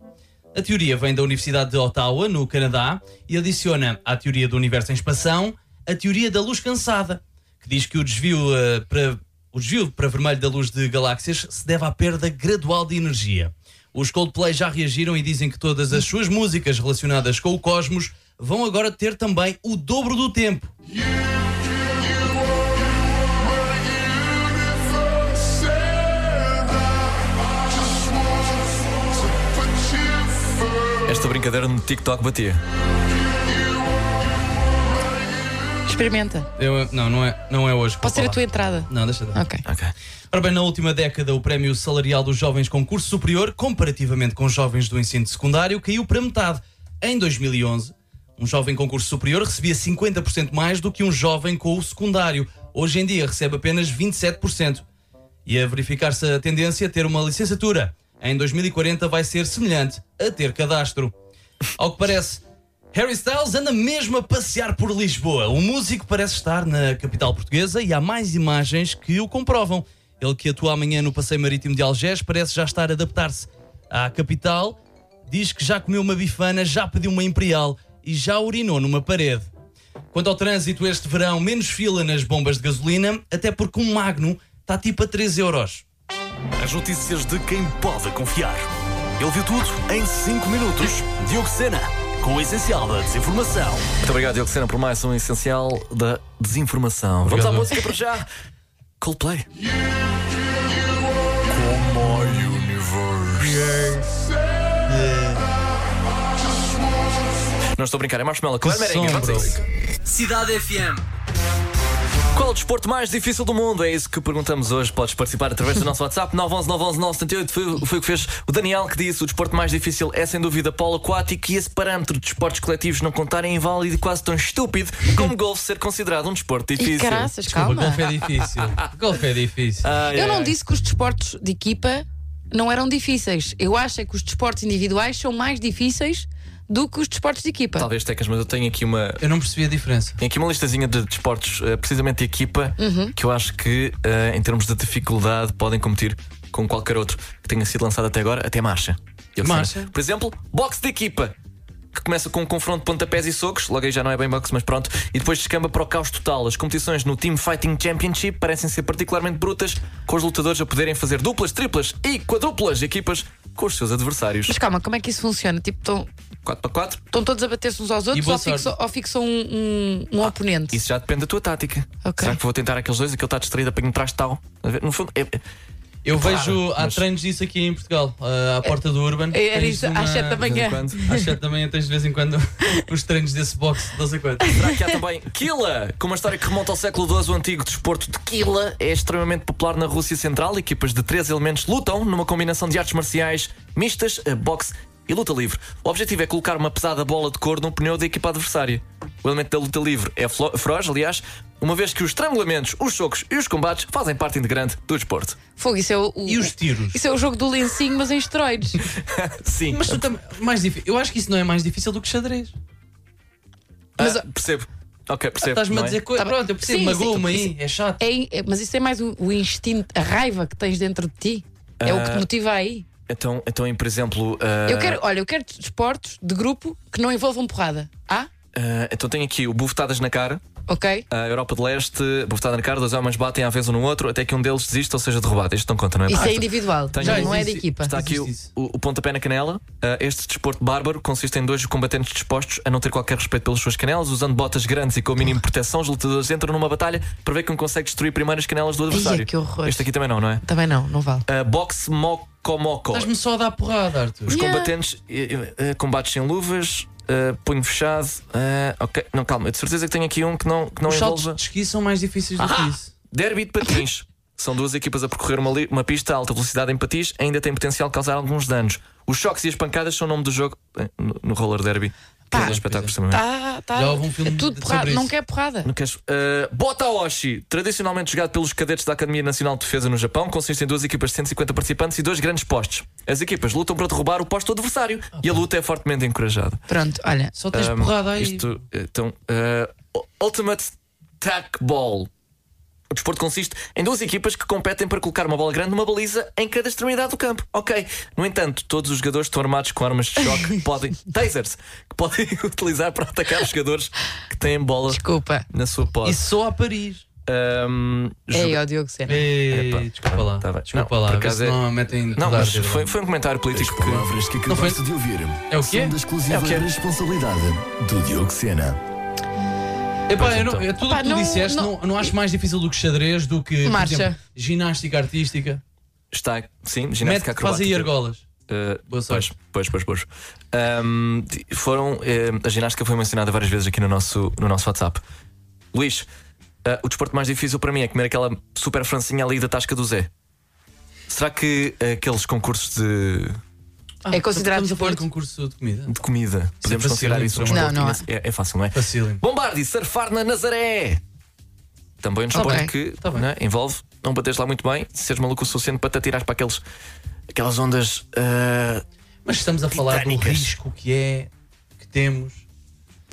[SPEAKER 6] A teoria vem da Universidade de Ottawa, no Canadá, e adiciona à teoria do universo em expansão a teoria da luz cansada, que diz que o desvio, eh, para, o desvio para vermelho da luz de galáxias se deve à perda gradual de energia. Os Coldplay já reagiram e dizem que todas as suas músicas relacionadas com o cosmos vão agora ter também o dobro do tempo.
[SPEAKER 4] Esta brincadeira no TikTok batia.
[SPEAKER 3] Experimenta.
[SPEAKER 6] Eu- não, não é, não é hoje. que
[SPEAKER 3] Pode
[SPEAKER 6] vou
[SPEAKER 3] ser a tua Ah.
[SPEAKER 6] falar.
[SPEAKER 3] entrada.
[SPEAKER 6] Não, deixa de.
[SPEAKER 3] Ok.
[SPEAKER 4] Ok.
[SPEAKER 6] Ora bem, na última década, o prémio salarial dos jovens com curso superior, comparativamente com jovens do ensino secundário, caiu para metade. Em 2011, um jovem com curso superior recebia 50% mais do que um jovem com o secundário. Hoje em dia, recebe apenas 27%. E a verificar-se a tendência a ter uma licenciatura. Em 2040, vai ser semelhante a ter cadastro. Ao que parece, Harry Styles anda mesmo a passear por Lisboa. O músico parece estar na capital portuguesa e há mais imagens que o comprovam. Ele que atua amanhã no Passeio Marítimo de Algés parece já estar a adaptar-se à capital. Diz que já comeu uma bifana, já pediu uma imperial e já urinou numa parede. Quanto ao trânsito este verão, menos fila nas bombas de gasolina, até porque um Magno está tipo a 3 euros.
[SPEAKER 5] As notícias de quem pode confiar. Ele viu tudo em 5 minutos. Diogo Sena, com o essencial da desinformação.
[SPEAKER 4] Muito obrigado, Diogo Sena, por mais um essencial da desinformação. Vamos à
[SPEAKER 6] Obrigado.
[SPEAKER 4] música para já. Coldplay. Não estou a brincar, é marshmallow. Claro, merengue.
[SPEAKER 6] som,
[SPEAKER 4] Vamos a
[SPEAKER 6] bro.
[SPEAKER 4] isso.
[SPEAKER 1] Cidade FM.
[SPEAKER 4] Qual o desporto mais difícil do mundo? É isso que perguntamos hoje. Podes participar através do nosso WhatsApp 911 911 978. Foi, foi o que fez o Daniel que disse: o desporto mais difícil é sem dúvida polo aquático e esse parâmetro de desportos coletivos não contar é inválido e quase tão estúpido como golfe ser considerado um desporto
[SPEAKER 3] E
[SPEAKER 4] difícil.
[SPEAKER 3] caraças,
[SPEAKER 6] O
[SPEAKER 3] calma.
[SPEAKER 6] golfe é difícil. O golfe é difícil.
[SPEAKER 4] Ai,
[SPEAKER 3] Eu
[SPEAKER 4] ai,
[SPEAKER 3] não
[SPEAKER 4] ai.
[SPEAKER 3] disse que os desportos de equipa não eram difíceis. Eu acho é que os desportos individuais são mais difíceis do que os desportos de equipa.
[SPEAKER 6] Tá.
[SPEAKER 4] Talvez tecas, mas eu tenho aqui uma.
[SPEAKER 6] Eu não percebi a diferença.
[SPEAKER 4] Tenho aqui uma listazinha de desportos, eh, precisamente de equipa, que eu acho que, eh, em termos de dificuldade, podem competir com qualquer outro que tenha sido lançado até agora, até marcha. Eu sei.
[SPEAKER 6] Marcha?
[SPEAKER 4] Por exemplo, boxe de equipa, que começa com um confronto de pontapés e socos, logo aí já não é bem boxe, mas pronto, e depois descamba para o caos total. As competições no Team Fighting Championship parecem ser particularmente brutas, com os lutadores a poderem fazer duplas, triplas e quadruplas equipas com os seus adversários.
[SPEAKER 3] Mas calma, como é que isso funciona? Tipo, estão
[SPEAKER 4] 4 para 4,
[SPEAKER 3] estão todos a bater-se uns aos
[SPEAKER 6] E
[SPEAKER 3] outros
[SPEAKER 6] boa
[SPEAKER 3] ou fixam,
[SPEAKER 6] sorte.
[SPEAKER 3] ou fixam um, um- um oponente?
[SPEAKER 4] Isso já depende da tua tática.
[SPEAKER 3] Ok.
[SPEAKER 4] um Será que vou tentar aqueles dois? Aquele está distraído, apanho-me trás de tal. A ver, No fundo, é- é-
[SPEAKER 6] Eu
[SPEAKER 4] Claro,
[SPEAKER 6] vejo, há
[SPEAKER 4] mas-
[SPEAKER 6] treinos disso aqui em Portugal, ah, à porta do Urban.
[SPEAKER 3] Era
[SPEAKER 6] Tens
[SPEAKER 3] isso,
[SPEAKER 6] uma-
[SPEAKER 3] às sete da
[SPEAKER 6] de vez em
[SPEAKER 3] manhã.
[SPEAKER 6] quando. Às 7 da manhã tens de vez em quando os treinos desse boxe, não sei quanto.
[SPEAKER 4] Será que há também Kila, com uma história que remonta ao século XII, o antigo desporto de Kila é extremamente popular na Rússia Central. Equipas de três elementos lutam numa combinação de artes marciais mistas, eh, boxe e luta livre. O objetivo é colocar uma pesada bola de cor no pneu da equipa adversária. O elemento da luta livre é flo- feroz, aliás, uma vez que os estrangulamentos, os socos e os combates fazem parte integrante do desporto.
[SPEAKER 3] Fogo, isso é o, o-
[SPEAKER 6] E os tiros?
[SPEAKER 3] Isso é o jogo do lencinho, mas em esteroides.
[SPEAKER 4] Sim,
[SPEAKER 6] Mas tu também. Mais difí- Eu acho que isso não é mais difícil do que xadrez.
[SPEAKER 4] ah,
[SPEAKER 3] mas-
[SPEAKER 4] percebo. Ok, percebo.
[SPEAKER 6] Estás-me
[SPEAKER 4] não
[SPEAKER 6] a
[SPEAKER 4] é?
[SPEAKER 6] dizer coisa.
[SPEAKER 3] Tá bem.
[SPEAKER 6] Pronto, eu percebo,
[SPEAKER 3] Sim,
[SPEAKER 6] magoa-me
[SPEAKER 3] sim,
[SPEAKER 6] aí, é chato.
[SPEAKER 3] É in- é- mas isso é mais o, o instinto, a raiva que tens dentro de ti. É o que
[SPEAKER 6] Ah.
[SPEAKER 3] te motiva aí.
[SPEAKER 4] Então, então, por exemplo. ah,
[SPEAKER 3] Eu quero, olha, eu quero desportos de grupo que não envolvam porrada. Ah,
[SPEAKER 4] ah, então tenho aqui o bufetadas na cara.
[SPEAKER 3] ok.
[SPEAKER 6] Ah,
[SPEAKER 4] A Europa de Leste, bofetada na cara, dois homens batem à vez um no outro até que um deles desiste ou seja derrubado. Isto não conta, não é?
[SPEAKER 3] Isso é
[SPEAKER 6] tá.
[SPEAKER 4] Portanto,
[SPEAKER 3] individual,
[SPEAKER 4] tenho-
[SPEAKER 6] um
[SPEAKER 3] já não é de
[SPEAKER 6] existe-
[SPEAKER 3] equipa.
[SPEAKER 4] Está aqui o,
[SPEAKER 6] Existe isso.
[SPEAKER 4] o- o pontapé na canela. Ah, este desporto bárbaro consiste em dois combatentes dispostos a não ter qualquer respeito pelas suas canelas, usando botas grandes e com o mínimo de proteção. Os lutadores entram numa batalha para ver quem consegue destruir primeiro as canelas do adversário.
[SPEAKER 3] que horror.
[SPEAKER 4] Este aqui também não, não é?
[SPEAKER 3] Também não, não vale.
[SPEAKER 4] Ah, boxe moco-moco.
[SPEAKER 6] Estás-me só a dar porrada, Arthur.
[SPEAKER 4] Os
[SPEAKER 3] Yeah.
[SPEAKER 4] combatentes eh, eh, combates sem luvas, ah, punho fechado. ah, ok, não, calma, eu de certeza que tenho aqui um que não, que não
[SPEAKER 6] Os
[SPEAKER 4] envolve. Ah!
[SPEAKER 6] saltos de esqui são mais difíceis do que isso.
[SPEAKER 4] Derby de patins. São duas equipas a percorrer uma, li- uma pista a alta velocidade em patins, ainda tem potencial de causar alguns danos. Os choques e as pancadas são o nome do jogo eh, no, no roller derby. Que é um espetáculo também.
[SPEAKER 3] Tá, tá.
[SPEAKER 6] Já houve um filme
[SPEAKER 3] é tudo
[SPEAKER 6] de-
[SPEAKER 3] porrada,
[SPEAKER 6] sobre
[SPEAKER 3] não
[SPEAKER 6] isso.
[SPEAKER 3] quer porrada.
[SPEAKER 4] Não queres- Eh, Botaoshi, tradicionalmente jogado pelos cadetes da Academia Nacional de Defesa no Japão, consiste em duas equipas de 150 participantes e dois grandes postes. As equipas lutam para derrubar o posto do adversário e a luta é fortemente encorajada.
[SPEAKER 3] Pronto, olha.
[SPEAKER 6] Só tens
[SPEAKER 4] Ah,
[SPEAKER 6] porrada aí.
[SPEAKER 4] Isto, então, eh, Ultimate Tack Ball. O desporto consiste em duas equipas que competem para colocar uma bola grande numa baliza em cada extremidade do campo. Ok. No entanto, todos os jogadores estão armados com armas de choque, que podem, tasers, que podem utilizar para atacar os jogadores que têm bola
[SPEAKER 3] Desculpa.
[SPEAKER 4] na sua
[SPEAKER 6] E
[SPEAKER 4] posse.
[SPEAKER 6] só a Paris.
[SPEAKER 4] Ahm, joga-
[SPEAKER 3] É, ó, Diogo Sena.
[SPEAKER 6] Ei,
[SPEAKER 4] Epá.
[SPEAKER 6] desculpa lá.
[SPEAKER 4] Tá bem.
[SPEAKER 6] desculpa
[SPEAKER 4] Não,
[SPEAKER 6] lá.
[SPEAKER 4] por
[SPEAKER 6] vê
[SPEAKER 4] acaso
[SPEAKER 6] se
[SPEAKER 4] é-
[SPEAKER 6] não a metem
[SPEAKER 4] Não,
[SPEAKER 6] toda a
[SPEAKER 4] mas
[SPEAKER 6] arder,
[SPEAKER 4] foi, foi um comentário político que.
[SPEAKER 5] Palavras que
[SPEAKER 6] foi?
[SPEAKER 5] acabaste de ouvir
[SPEAKER 6] É o quê?
[SPEAKER 5] são da exclusiva
[SPEAKER 4] É o quê?
[SPEAKER 5] responsabilidade do Diogo Sena.
[SPEAKER 6] Epá, eu
[SPEAKER 4] então.
[SPEAKER 6] não, é tudo o
[SPEAKER 3] Epá,
[SPEAKER 6] que tu
[SPEAKER 3] não-
[SPEAKER 6] disseste,
[SPEAKER 3] não-
[SPEAKER 6] não, não, acho mais difícil do que xadrez, do que por
[SPEAKER 3] Marcha.
[SPEAKER 6] exemplo, ginástica artística.
[SPEAKER 4] Está, sim,
[SPEAKER 6] Mete,
[SPEAKER 4] ginástica
[SPEAKER 6] faz aí
[SPEAKER 4] acrobática.
[SPEAKER 6] argolas.
[SPEAKER 4] Uh,
[SPEAKER 6] Boa sorte.
[SPEAKER 4] Pois, pois, pois. pois. Um, di- foram, um, a ginástica foi mencionada várias vezes aqui no nosso, no nosso WhatsApp. Luís, uh, o desporto mais difícil para mim é comer aquela super francinha ali da tasca do Zé. Será que uh, aqueles concursos de,
[SPEAKER 3] É considerado
[SPEAKER 6] Estamos a falar de
[SPEAKER 3] desporto?
[SPEAKER 6] concurso de comida.
[SPEAKER 4] de comida podemos
[SPEAKER 6] facilmente,
[SPEAKER 4] considerar isso um
[SPEAKER 6] por
[SPEAKER 3] amor
[SPEAKER 4] desporto?
[SPEAKER 3] de Deus.
[SPEAKER 4] Imenso- é, é fácil, não é?
[SPEAKER 6] Facílimo.
[SPEAKER 4] Bombardi, surfar na Nazaré! Também um desporto
[SPEAKER 3] bem,
[SPEAKER 4] que
[SPEAKER 6] tá bem.
[SPEAKER 4] né, envolve não bateres lá muito bem, seres maluco o suficiente para te atirares para aqueles, aquelas ondas. uh,
[SPEAKER 6] Mas estamos a falar do
[SPEAKER 4] Titânicas.
[SPEAKER 6] risco que é que temos.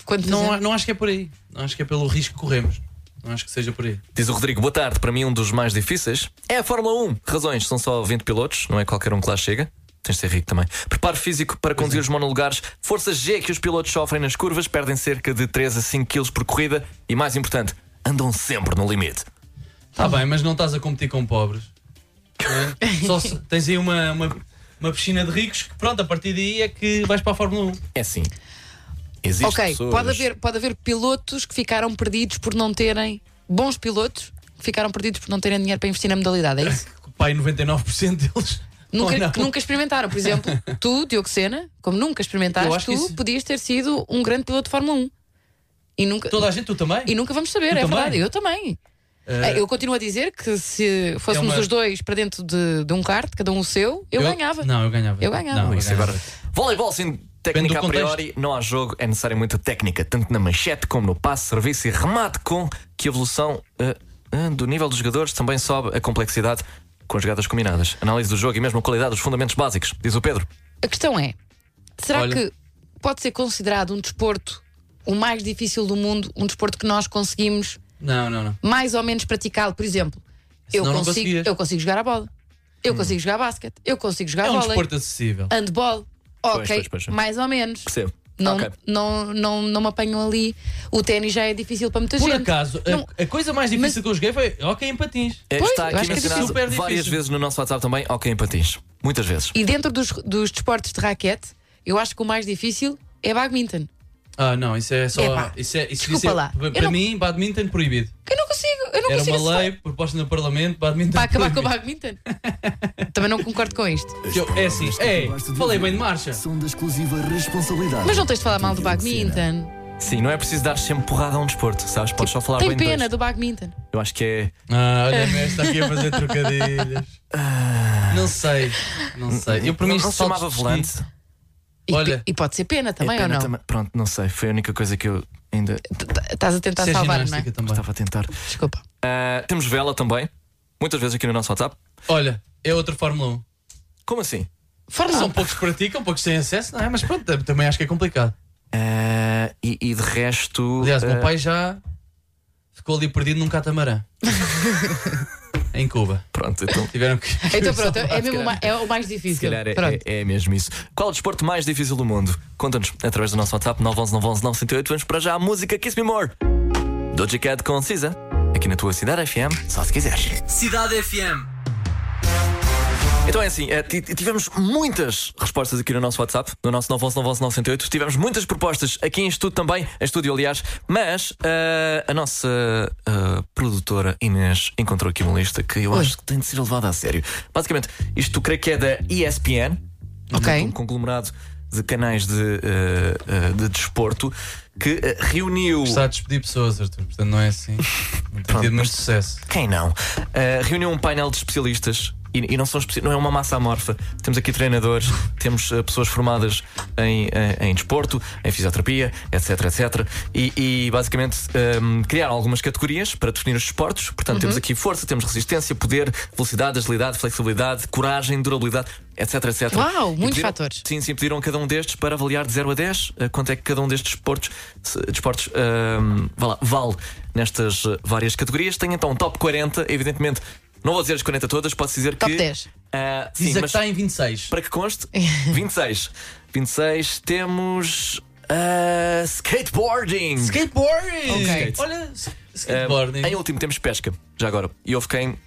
[SPEAKER 3] Quando
[SPEAKER 6] Não,
[SPEAKER 3] fizer-
[SPEAKER 6] a- não acho que é por aí. Não acho que é pelo risco que corremos. Não acho que seja por aí.
[SPEAKER 4] Diz o Rodrigo, boa tarde. Para mim, um dos mais difíceis é a Fórmula 1. Razões: são só 20 pilotos, não é qualquer um que lá chega. Tens de ser rico também. Preparo físico para conduzir os monolugares. Força G que os pilotos sofrem nas curvas, perdem cerca de 3 a 5 kg por corrida e, mais importante, andam sempre no limite.
[SPEAKER 6] Está Tá bem, mas não estás a competir com pobres. não é? Só se- tens aí uma, uma, uma piscina de ricos que, pronto, a partir daí é que vais para a Fórmula 1.
[SPEAKER 4] É assim. Existe
[SPEAKER 3] Ok,
[SPEAKER 4] pessoas-
[SPEAKER 3] pode haver, pode haver pilotos que ficaram perdidos por não terem bons pilotos que ficaram perdidos por não terem dinheiro para investir na modalidade, é isso?
[SPEAKER 6] Pai, 99% deles. ou
[SPEAKER 3] Nunca,
[SPEAKER 6] não.
[SPEAKER 3] que nunca experimentaram. Por exemplo, tu, Diogo Sena, como nunca
[SPEAKER 6] Eu
[SPEAKER 3] experimentaste,
[SPEAKER 6] acho
[SPEAKER 3] tu
[SPEAKER 6] que isso-
[SPEAKER 3] podias ter sido um grande piloto de Fórmula 1. E nunca,
[SPEAKER 6] Toda a gente, tu também?
[SPEAKER 3] e nunca vamos saber,
[SPEAKER 6] Tu
[SPEAKER 3] é
[SPEAKER 6] também?
[SPEAKER 3] verdade. Eu também.
[SPEAKER 6] Eh, é
[SPEAKER 3] Eu continuo a dizer que se fôssemos
[SPEAKER 6] uma-
[SPEAKER 3] os dois para dentro de, de um kart, cada um o seu, eu, ganhava.
[SPEAKER 6] Não, eu ganhava.
[SPEAKER 3] Eu ganhava.
[SPEAKER 6] Não,
[SPEAKER 4] Isso agora. Voleibol sem técnica a
[SPEAKER 6] do contexto.
[SPEAKER 4] priori, não há jogo, é necessária muita técnica, tanto na manchete como no passe, serviço e remate com que a evolução eh, eh, do nível dos jogadores também sobe a complexidade com as jogadas combinadas. Análise do jogo e mesmo a qualidade dos fundamentos básicos, diz o Pedro.
[SPEAKER 3] A questão é: será
[SPEAKER 6] Olha.
[SPEAKER 3] que pode ser considerado um desporto o mais difícil do mundo, um desporto que nós conseguimos
[SPEAKER 6] Não, não, não.
[SPEAKER 3] mais ou menos praticá-lo? Por exemplo, eu
[SPEAKER 6] Senão não
[SPEAKER 3] consigo,
[SPEAKER 6] conseguias. Hum.
[SPEAKER 3] eu consigo jogar a bola, eu consigo jogar basquete, eu consigo jogar
[SPEAKER 6] É um
[SPEAKER 3] vôlei,
[SPEAKER 6] desporto acessível.
[SPEAKER 3] handball, ok,
[SPEAKER 4] pois, pois, pois.
[SPEAKER 3] mais ou menos.
[SPEAKER 4] Percebo.
[SPEAKER 3] Não,
[SPEAKER 4] Ok. Eh,
[SPEAKER 3] não, não, não me apanham ali. O ténis já é difícil para muita
[SPEAKER 6] Por
[SPEAKER 3] gente.
[SPEAKER 6] acaso, é a-
[SPEAKER 3] Não.
[SPEAKER 6] a, coisa mais difícil que eu joguei foi ok em patins.
[SPEAKER 4] Eh,
[SPEAKER 3] Pois,
[SPEAKER 4] Está
[SPEAKER 3] eu
[SPEAKER 4] aqui
[SPEAKER 3] acho que é
[SPEAKER 4] mencionado
[SPEAKER 6] super difícil.
[SPEAKER 4] várias vezes no nosso WhatsApp também, ok em patins. Muitas vezes.
[SPEAKER 3] E dentro dos, dos desportos de raquete, eu acho que o mais difícil é badminton.
[SPEAKER 6] Ah, não, isso é só.
[SPEAKER 3] Epá,
[SPEAKER 6] isso é, isso
[SPEAKER 3] desculpa
[SPEAKER 6] isso é-
[SPEAKER 3] lá,
[SPEAKER 6] pa-
[SPEAKER 3] eu
[SPEAKER 6] Para
[SPEAKER 3] não-
[SPEAKER 6] mim, badminton proibido.
[SPEAKER 3] Que eu não consigo, eu não
[SPEAKER 6] Era
[SPEAKER 3] consigo
[SPEAKER 6] uma
[SPEAKER 3] aceitar.
[SPEAKER 6] lei proposta no Parlamento, badminton
[SPEAKER 3] para acabar com o
[SPEAKER 6] proibido.
[SPEAKER 3] badminton. Também não concordo com isto.
[SPEAKER 5] As
[SPEAKER 6] Eu- É assim,
[SPEAKER 5] palavras que
[SPEAKER 6] é,
[SPEAKER 5] acabaste de
[SPEAKER 6] falei
[SPEAKER 5] ouvir
[SPEAKER 6] bem de marcha.
[SPEAKER 5] São da exclusiva responsabilidade.
[SPEAKER 3] Mas não tens de falar mal do badminton.
[SPEAKER 4] Sim, não é preciso dar sempre porrada a um desporto, sabes? Podes só falar
[SPEAKER 3] Tem
[SPEAKER 4] bem
[SPEAKER 3] pena
[SPEAKER 4] de dois.
[SPEAKER 3] do badminton.
[SPEAKER 4] Eu acho que é.
[SPEAKER 6] Ah, olha, mas está aqui a fazer trocadilhos. Não sei, não sei. Eu, para mim,
[SPEAKER 4] não, não
[SPEAKER 6] isto
[SPEAKER 4] se
[SPEAKER 6] saltos
[SPEAKER 4] chamava
[SPEAKER 6] de
[SPEAKER 4] volante.
[SPEAKER 6] esqui-
[SPEAKER 3] E,
[SPEAKER 6] Olha.
[SPEAKER 3] pe- e pode ser pena
[SPEAKER 4] É
[SPEAKER 3] também
[SPEAKER 4] pena
[SPEAKER 3] ou não?
[SPEAKER 4] também- Pronto, não sei. Foi a única coisa que eu ainda
[SPEAKER 3] T- t- Estás a tentar
[SPEAKER 6] Isso é
[SPEAKER 3] salvar, não é?
[SPEAKER 6] ginástica também.
[SPEAKER 4] estava a tentar.
[SPEAKER 3] Desculpa.
[SPEAKER 4] Ah, temos vela também, muitas vezes aqui no nosso WhatsApp.
[SPEAKER 6] Olha, é outra Fórmula 1.
[SPEAKER 4] Como assim?
[SPEAKER 3] um
[SPEAKER 6] São poucos que praticam, poucos têm acesso, não é? Mas pronto, tam- também acho que é complicado.
[SPEAKER 4] Ah, e, e de resto.
[SPEAKER 6] Aliás, o
[SPEAKER 4] ah,
[SPEAKER 6] meu pai já ficou ali perdido num catamarã. em Cuba.
[SPEAKER 4] Pronto, então.
[SPEAKER 6] Tiveram que.
[SPEAKER 3] Então pronto, é, mesmo o ma- é o mais difícil.
[SPEAKER 4] Se calhar é,
[SPEAKER 3] pronto.
[SPEAKER 4] é- é mesmo isso. Qual o desporto mais difícil do mundo? Conta-nos através do nosso WhatsApp 911 911 908. Vamos para já a música Kiss Me More. Doja Cat com Cisa. Aqui na tua cidade FM, só se quiseres.
[SPEAKER 1] Cidade FM.
[SPEAKER 4] Então é assim, é, ti- tivemos muitas respostas aqui no nosso WhatsApp, no nosso 911-911-908. Tivemos muitas propostas aqui em estúdio também, em estúdio aliás, mas ah, a nossa ah, produtora Inês encontrou aqui uma lista que eu acho que tem de ser levada a sério. Basicamente, isto creio que é da ESPN, um
[SPEAKER 3] Ok.
[SPEAKER 4] conglomerado de canais de, ah, ah, de desporto, que ah, reuniu.
[SPEAKER 6] Está a despedir pessoas, Arthur, portanto não é assim. Não tem tido muito sucesso.
[SPEAKER 4] Quem não? Uh, reuniu um painel de especialistas e, e não, são, especi- não é uma massa amorfa. Temos aqui treinadores, temos uh, pessoas formadas em, eh, em, em desporto, em fisioterapia, etc. etc. E, e, basicamente um, criaram algumas categorias para definir os esportes. Portanto,
[SPEAKER 3] Uhum.
[SPEAKER 4] temos aqui força, temos resistência, poder, velocidade, agilidade, flexibilidade, coragem, durabilidade, etc. etc.
[SPEAKER 3] Uau,
[SPEAKER 4] E
[SPEAKER 3] muitos
[SPEAKER 4] pediram-
[SPEAKER 3] fatores.
[SPEAKER 4] Sim, sim, pediram a cada um destes para avaliar de 0 a 10 eh, quanto é que cada um destes desportos, se- desportos ahm, vá lá, vale nestas eh, várias categorias. Tem então um top 40, evidentemente. Não vou dizer as 40 todas, posso dizer
[SPEAKER 3] Top
[SPEAKER 4] que.
[SPEAKER 3] 10.
[SPEAKER 4] ah,
[SPEAKER 6] Diz
[SPEAKER 4] sim,
[SPEAKER 6] a que
[SPEAKER 4] mas
[SPEAKER 6] está em 26.
[SPEAKER 4] para que conste, 26. 26 temos. ah, skateboarding!
[SPEAKER 6] Skateboarding!
[SPEAKER 3] Ok.
[SPEAKER 6] Olha, s-
[SPEAKER 4] Ah,
[SPEAKER 6] skateboarding.
[SPEAKER 4] em último temos pesca, já agora. E houve quem.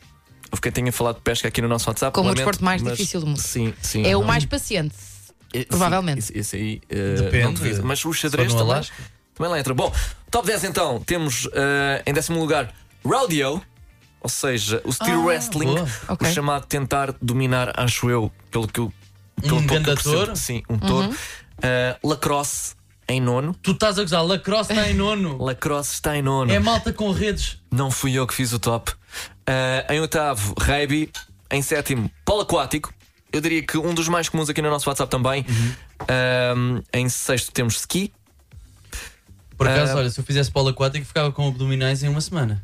[SPEAKER 4] Houve quem tenha falado de pesca aqui no nosso WhatsApp.
[SPEAKER 3] Como o
[SPEAKER 4] lamento,
[SPEAKER 3] desporto mais
[SPEAKER 4] mas-
[SPEAKER 3] difícil do mundo.
[SPEAKER 4] Sim, sim.
[SPEAKER 3] É o
[SPEAKER 4] não.
[SPEAKER 3] mais paciente.
[SPEAKER 4] Eh, sim,
[SPEAKER 3] Provavelmente.
[SPEAKER 4] Esse, esse aí eh,
[SPEAKER 6] Depende.
[SPEAKER 4] não duvido. Mas o xadrez
[SPEAKER 6] Só no
[SPEAKER 4] também,
[SPEAKER 6] Alasca.
[SPEAKER 4] também lá entra. Bom, top 10 então, temos eh, em décimo lugar Rodeo, ou seja, o steel wrestling,
[SPEAKER 6] boa.
[SPEAKER 4] o
[SPEAKER 3] Ah. Ok.
[SPEAKER 4] chamado tentar dominar, acho eu, pelo que eu. Pelo pouco que eu
[SPEAKER 6] Um grande
[SPEAKER 4] percebo.
[SPEAKER 6] ator.
[SPEAKER 4] Sim, um
[SPEAKER 3] Uhum.
[SPEAKER 4] touro. Eh, lacrosse em nono.
[SPEAKER 6] Tu estás a gozar, lacrosse está em nono.
[SPEAKER 4] Lacrosse está em nono.
[SPEAKER 6] É malta com redes.
[SPEAKER 4] Não fui eu que fiz o top. Ah, em oitavo, rugby. Em sétimo, polo aquático. Eu diria que um dos mais comuns aqui no nosso WhatsApp também.
[SPEAKER 6] Uhum.
[SPEAKER 4] Ahm, em sexto, temos ski.
[SPEAKER 6] Por acaso,
[SPEAKER 4] Ah.
[SPEAKER 6] olha, se eu fizesse polo aquático, ficava com abdominais em uma semana.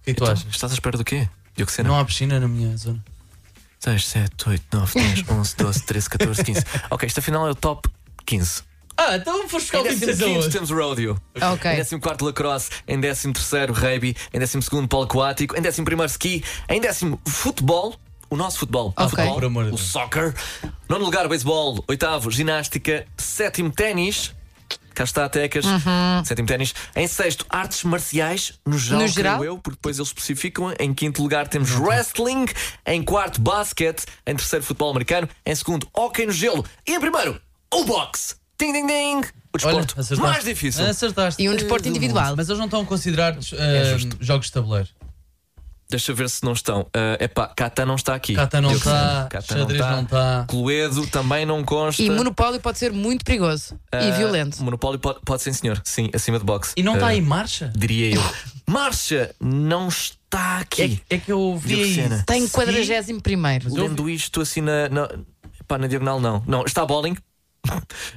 [SPEAKER 6] O que é que tu
[SPEAKER 4] Então,
[SPEAKER 6] achas?
[SPEAKER 4] Estás à espera do quê? Diocesano?
[SPEAKER 6] Não há piscina na minha zona.
[SPEAKER 4] 6, 7, 8, 9, 10, 11, 12, 13, 14, 15. ok, este afinal é o top 15.
[SPEAKER 6] Ah, então foste buscar o
[SPEAKER 4] em décimo
[SPEAKER 6] 26 a
[SPEAKER 4] quinto
[SPEAKER 6] hoje.
[SPEAKER 4] temos rodeo. Em
[SPEAKER 3] Ok.
[SPEAKER 4] décimo quarto, lacrosse. Em décimo terceiro, rugby. Em décimo segundo, polo aquático. Em décimo primeiro, ski. Em décimo, futebol. O nosso futebol.
[SPEAKER 3] Ok.
[SPEAKER 4] Futebol,
[SPEAKER 6] Por amor de
[SPEAKER 4] o
[SPEAKER 6] Deus.
[SPEAKER 4] soccer. Nono lugar, beisebol. Oitavo, ginástica. Sétimo, ténis. Cá está a Tecas. Sétimo ténis. Em sexto, artes marciais. No geral,
[SPEAKER 3] Uhum. No
[SPEAKER 4] creio
[SPEAKER 3] geral?
[SPEAKER 4] eu, porque depois eles especificam. Em quinto lugar, temos wrestling. Em quarto, basquete. Em terceiro, futebol americano. Em segundo, hóquei no gelo. E em primeiro, o boxe. Ding, ding, ding. O
[SPEAKER 6] Olha,
[SPEAKER 4] desporto
[SPEAKER 6] acertaste.
[SPEAKER 4] mais difícil.
[SPEAKER 6] Acertaste. Eh,
[SPEAKER 3] E um desporto
[SPEAKER 6] Do mundo.
[SPEAKER 3] individual.
[SPEAKER 6] Mas eles não estão a considerar ah,
[SPEAKER 4] justo.
[SPEAKER 6] jogos de tabuleiro.
[SPEAKER 4] Deixa ver se não estão. É epá, Cata não está aqui.
[SPEAKER 6] Cata não
[SPEAKER 4] Diogo
[SPEAKER 6] está,
[SPEAKER 4] Sena. Cata
[SPEAKER 6] xadrez não está.
[SPEAKER 4] Cluedo também não consta.
[SPEAKER 3] E monopólio pode ser muito perigoso e
[SPEAKER 4] Ah,
[SPEAKER 3] violento.
[SPEAKER 4] Monopólio pode, pode ser, senhor. Sim, acima de boxe.
[SPEAKER 6] E não está
[SPEAKER 4] Ah,
[SPEAKER 3] Eh,
[SPEAKER 6] em marcha?
[SPEAKER 4] Diria eu. Marcha não está aqui.
[SPEAKER 6] É, é que eu
[SPEAKER 4] Diogo
[SPEAKER 6] vi
[SPEAKER 4] Sena.
[SPEAKER 6] isso.
[SPEAKER 3] Tem
[SPEAKER 6] Sim.
[SPEAKER 3] 41.
[SPEAKER 6] eu-
[SPEAKER 4] Lendo isto assim na. na epá, na diagonal não. Não, está bowling,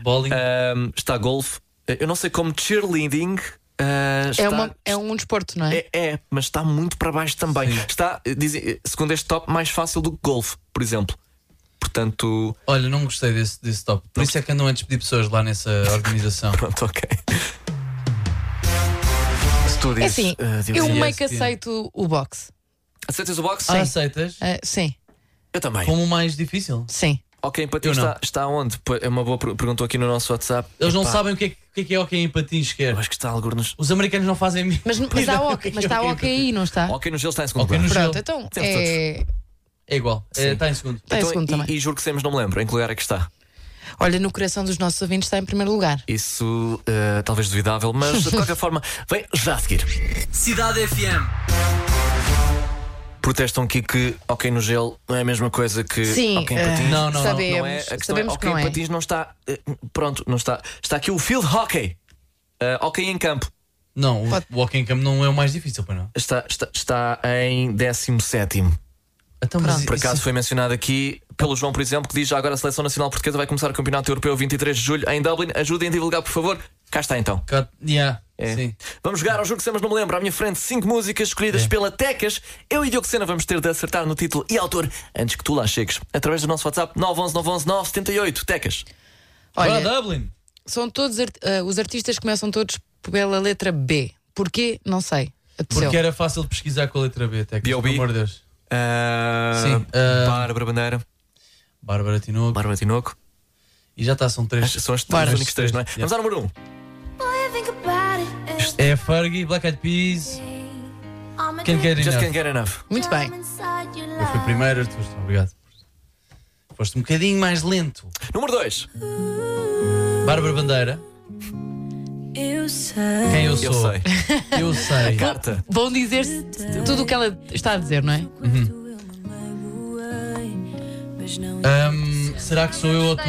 [SPEAKER 6] Bowling.
[SPEAKER 4] ahm, está golfe. Eh, Eu não sei como cheerleading. ah, está,
[SPEAKER 3] É, uma, é um desporto, não é?
[SPEAKER 4] É, é, mas está muito para baixo também. Está, eh, dizem, eh, segundo este top, mais fácil do que golfe, por exemplo. Portanto,
[SPEAKER 6] Olha, não gostei desse, desse top. Por isso é que andam a despedir pessoas lá nessa organização.
[SPEAKER 4] pronto, ok. Se tu
[SPEAKER 3] É
[SPEAKER 4] dizes,
[SPEAKER 3] assim,
[SPEAKER 4] eh, Diogo
[SPEAKER 3] eu
[SPEAKER 4] Zinho,
[SPEAKER 3] meio que
[SPEAKER 6] ESPN.
[SPEAKER 3] aceito o boxe.
[SPEAKER 4] aceitas o boxe?
[SPEAKER 6] Ah, aceitas?
[SPEAKER 3] Ah, sim,
[SPEAKER 4] Eu também.
[SPEAKER 6] Como o mais difícil.
[SPEAKER 3] sim.
[SPEAKER 4] Ok, empatia
[SPEAKER 6] Um- Eu não.
[SPEAKER 4] está, está onde? Pô, É uma boa per- perguntou aqui no nosso WhatsApp.
[SPEAKER 6] Eles não
[SPEAKER 4] Epá,
[SPEAKER 6] sabem o que é que, o que é que é hockey em patins sequer.
[SPEAKER 4] Eu acho que está algo nos.
[SPEAKER 6] Os americanos não fazem
[SPEAKER 3] Mas, mas
[SPEAKER 6] Pois
[SPEAKER 3] há
[SPEAKER 6] não,
[SPEAKER 3] ok,
[SPEAKER 6] o que é
[SPEAKER 3] mas
[SPEAKER 6] que
[SPEAKER 3] está
[SPEAKER 6] é
[SPEAKER 3] ok aí, não está?
[SPEAKER 4] Ok, no gelo está em segundo
[SPEAKER 6] Hóquei
[SPEAKER 4] lugar.
[SPEAKER 6] no gelo.
[SPEAKER 3] Pronto, então
[SPEAKER 4] Temos
[SPEAKER 3] é.
[SPEAKER 6] É igual.
[SPEAKER 4] Sim.
[SPEAKER 6] Está em segundo.
[SPEAKER 3] Está em
[SPEAKER 4] Então,
[SPEAKER 3] segundo
[SPEAKER 4] e,
[SPEAKER 3] também.
[SPEAKER 4] e juro que sempre não me lembro em que lugar é que está.
[SPEAKER 3] Olha, no coração dos nossos ouvintes está em primeiro lugar.
[SPEAKER 4] Isso eh, talvez duvidável, mas de qualquer forma, vem já a seguir.
[SPEAKER 1] Cidade FM.
[SPEAKER 4] Protestam aqui que ok no gelo não é a mesma coisa que
[SPEAKER 3] Sim,
[SPEAKER 4] ok em
[SPEAKER 3] eh,
[SPEAKER 4] patins.
[SPEAKER 6] Não, não, não,
[SPEAKER 3] sabemos,
[SPEAKER 4] Não é, a questão
[SPEAKER 3] sabemos
[SPEAKER 4] é,
[SPEAKER 3] que
[SPEAKER 4] ok
[SPEAKER 3] não
[SPEAKER 4] em
[SPEAKER 3] é.
[SPEAKER 4] patins não está. eh, Pronto, não está. Está aqui o field hockey. Eh, hockey em campo.
[SPEAKER 6] Não, o
[SPEAKER 3] Pode-
[SPEAKER 6] o walking cam não é o mais difícil, pois não?
[SPEAKER 4] Está, está, está em 17.
[SPEAKER 6] Então, mas
[SPEAKER 4] Por
[SPEAKER 6] isso-
[SPEAKER 4] acaso foi mencionado aqui pelo João, por exemplo, que diz já agora a seleção nacional portuguesa vai começar o Campeonato Europeu 23 de julho em Dublin. Ajudem a divulgar, por favor. Cá está então.
[SPEAKER 6] Cá- Yeah,
[SPEAKER 4] É.
[SPEAKER 6] sim.
[SPEAKER 4] Vamos jogar ao jogo que sempre não me lembro. À minha frente, cinco músicas escolhidas pela Tecas. Eu e Diogo Sena vamos ter de acertar no título e autor antes que tu lá chegues. Através do nosso WhatsApp 911 911 978. Tecas.
[SPEAKER 6] Olha,
[SPEAKER 3] Olha,
[SPEAKER 6] Dublin.
[SPEAKER 3] são todos art- ah, os artistas começam todos pela letra B. Porquê? Não sei. Apeteceu.
[SPEAKER 6] Porque é era fácil de pesquisar com a letra B, até que, pelo
[SPEAKER 4] B.O.B..
[SPEAKER 6] amor de Deus.
[SPEAKER 4] Sim.
[SPEAKER 6] ah,
[SPEAKER 4] Bárbara Bandeira,
[SPEAKER 6] Bárbara Tinoco.
[SPEAKER 4] Bárbara Tinoco.
[SPEAKER 6] E já está, são três.
[SPEAKER 4] São as
[SPEAKER 6] Bárbara.
[SPEAKER 4] os únicos três, não é?
[SPEAKER 6] Yeah.
[SPEAKER 4] Vamos ao número um.
[SPEAKER 6] É Fergie, Black Eyed Peas, Can't Get
[SPEAKER 4] Just
[SPEAKER 6] Enough.
[SPEAKER 4] can't get enough.
[SPEAKER 3] Muito bem.
[SPEAKER 6] Eu fui primeiro, Arthur. Obrigado. Foste um bocadinho mais lento.
[SPEAKER 4] Número dois.
[SPEAKER 6] Bárbara Bandeira.
[SPEAKER 2] Eu sei.
[SPEAKER 6] Quem eu sou?
[SPEAKER 4] Eu sei.
[SPEAKER 6] Eu sei.
[SPEAKER 4] Carta.
[SPEAKER 3] Bom dizer tudo o que ela está a dizer, não é?
[SPEAKER 6] Ahm, Hum, será que sou eu ou tu?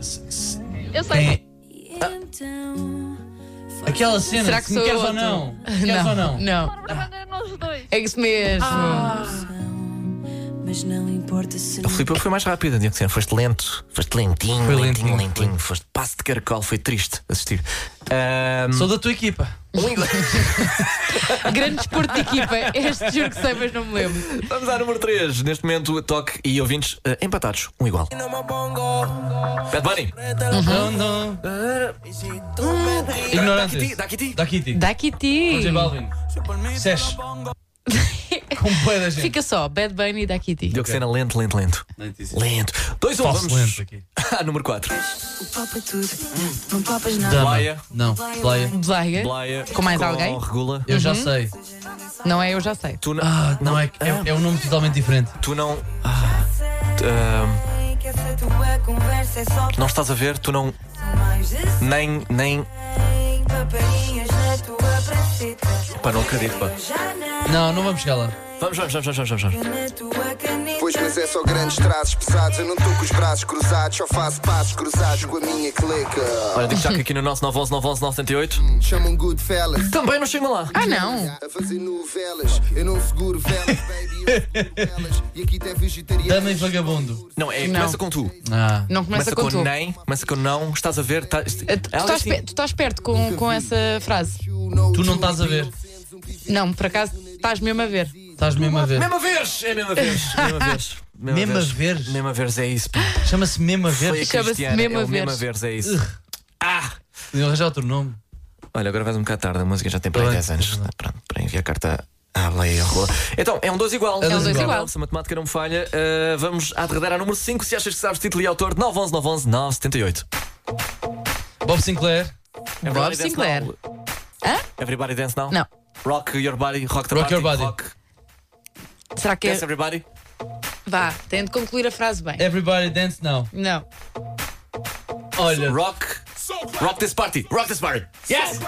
[SPEAKER 6] S- s-
[SPEAKER 7] Eu sei.
[SPEAKER 6] Quem é? Aquela cena,
[SPEAKER 3] Será que
[SPEAKER 6] se me
[SPEAKER 3] sou
[SPEAKER 6] queres
[SPEAKER 3] eu
[SPEAKER 6] ou
[SPEAKER 3] tu?
[SPEAKER 6] não? Me Queres
[SPEAKER 3] não,
[SPEAKER 6] ou é não?
[SPEAKER 3] Não. Ah.
[SPEAKER 7] Para mandar nós dois. Ah.
[SPEAKER 3] É isso mesmo.
[SPEAKER 8] Mas não importa se
[SPEAKER 4] O Filipe foi mais rápido, Diogo Sena. Foste lento. Foste lentinho,
[SPEAKER 6] Foi
[SPEAKER 4] lentinho, lentinho.
[SPEAKER 6] lentinho,
[SPEAKER 4] Foste passo de caracol. Foi triste assistir. Ah, Ahm,
[SPEAKER 6] Sou da tua equipa.
[SPEAKER 4] um inglês.
[SPEAKER 3] Grande desporto de equipa. Este juro que sei, mas não me lembro.
[SPEAKER 4] Vamos ao número 3. Neste momento, toque e ouvintes eh, empatados. Um igual. Bad Bunny.
[SPEAKER 6] Não, não. Ignorantes.
[SPEAKER 4] Dá Kitty.
[SPEAKER 6] Da Kitty.
[SPEAKER 3] Da Kitty.
[SPEAKER 6] J Balvin. Sesh. Com o pé da gente.
[SPEAKER 3] Fica só. Bad Bunny e da Kitty.
[SPEAKER 4] Diogo Sena, lento, lento, lento. Lento. 2 1 um,
[SPEAKER 6] Falso
[SPEAKER 4] vamos.
[SPEAKER 6] lento aqui.
[SPEAKER 4] Ah, número 4.
[SPEAKER 8] papa tudo, não papas nada.
[SPEAKER 6] Dama.
[SPEAKER 4] Playa.
[SPEAKER 6] Não, playa.
[SPEAKER 3] Blaya.
[SPEAKER 4] Blaia.
[SPEAKER 3] Com mais alguém?
[SPEAKER 4] Regula.
[SPEAKER 6] Eu já sei.
[SPEAKER 3] Não é? Eu já sei.
[SPEAKER 4] Tu não.
[SPEAKER 6] Ah, não é, é, é um nome totalmente diferente.
[SPEAKER 4] Tu não. ah, t- ahm, não estás a ver, tu não. Nem. Nem. Pá, não acredito, pá.
[SPEAKER 6] Não, não vamos chegar lá.
[SPEAKER 4] Vamos, vamos, vamos, vamos, vamos. vamos.
[SPEAKER 9] Pois, mas é só grandes traços pesados. Eu não tô com os braços cruzados, só faço passos cruzados com a minha clica.
[SPEAKER 4] Olha, digo já que aqui no nosso 911 911 978
[SPEAKER 9] Chamam Goodfellas
[SPEAKER 4] também não chegam lá.
[SPEAKER 3] Ah, não.
[SPEAKER 9] a fazer novelas. Eu não seguro velas, baby. Eu seguro velas. E aqui tem
[SPEAKER 6] Dama e
[SPEAKER 9] vegetariano.
[SPEAKER 6] vagabundo.
[SPEAKER 4] Não, é,
[SPEAKER 3] Não.
[SPEAKER 4] começa com tu.
[SPEAKER 6] Ah.
[SPEAKER 3] Não começa,
[SPEAKER 4] com,
[SPEAKER 3] com tu.
[SPEAKER 4] nem, começa com não, estás a ver. tá-
[SPEAKER 3] Ah, Tu
[SPEAKER 4] Ela
[SPEAKER 3] estás,
[SPEAKER 4] assim-
[SPEAKER 3] pe- tu estás perto com, com essa frase.
[SPEAKER 6] Tu não estás a ver.
[SPEAKER 3] Não, por acaso estás mesmo a ver.
[SPEAKER 4] É
[SPEAKER 6] Estás mesmo a ver.
[SPEAKER 4] Mesma vez! É mesma vez! Mesma vez!
[SPEAKER 6] Mesma vez?
[SPEAKER 4] Mesma vez é isso. pá.
[SPEAKER 6] Chama-se mesmo a
[SPEAKER 4] Foi a
[SPEAKER 6] ver.
[SPEAKER 3] Chama-se
[SPEAKER 4] Cristiana,
[SPEAKER 3] mesma
[SPEAKER 4] é o
[SPEAKER 3] vez.
[SPEAKER 4] mesma vez é isso. Ah!
[SPEAKER 6] Podiam arranjar outro nome.
[SPEAKER 4] Olha, agora vais um bocado tarde, a música já tem para aí
[SPEAKER 6] Pronto.
[SPEAKER 4] 10 anos. Pronto, para enviar carta à Leia Rola. Então, é um 2 igual.
[SPEAKER 6] É um dois É um dois
[SPEAKER 3] igual. igual.
[SPEAKER 4] Se a matemática não me falha, eh, vamos à derradeira, ao número 5. Se achas que sabes título e autor, 911 911 978.
[SPEAKER 6] Bob Sinclair.
[SPEAKER 4] Everybody Dance
[SPEAKER 3] Sinclair.
[SPEAKER 4] Now.
[SPEAKER 3] Hã?
[SPEAKER 4] Everybody Dance Now?
[SPEAKER 3] é. Não.
[SPEAKER 4] Rock Your Body, Rock the
[SPEAKER 6] Rock
[SPEAKER 4] Body.
[SPEAKER 6] Your Body.
[SPEAKER 4] Rock.
[SPEAKER 3] Será que é?
[SPEAKER 4] Dance Everybody.
[SPEAKER 3] Vá, tem de concluir a frase bem.
[SPEAKER 4] É.
[SPEAKER 6] Everybody dance now.
[SPEAKER 3] Não.
[SPEAKER 6] Olha.
[SPEAKER 4] Rock. Rock this party. Rock this party.
[SPEAKER 6] Yes!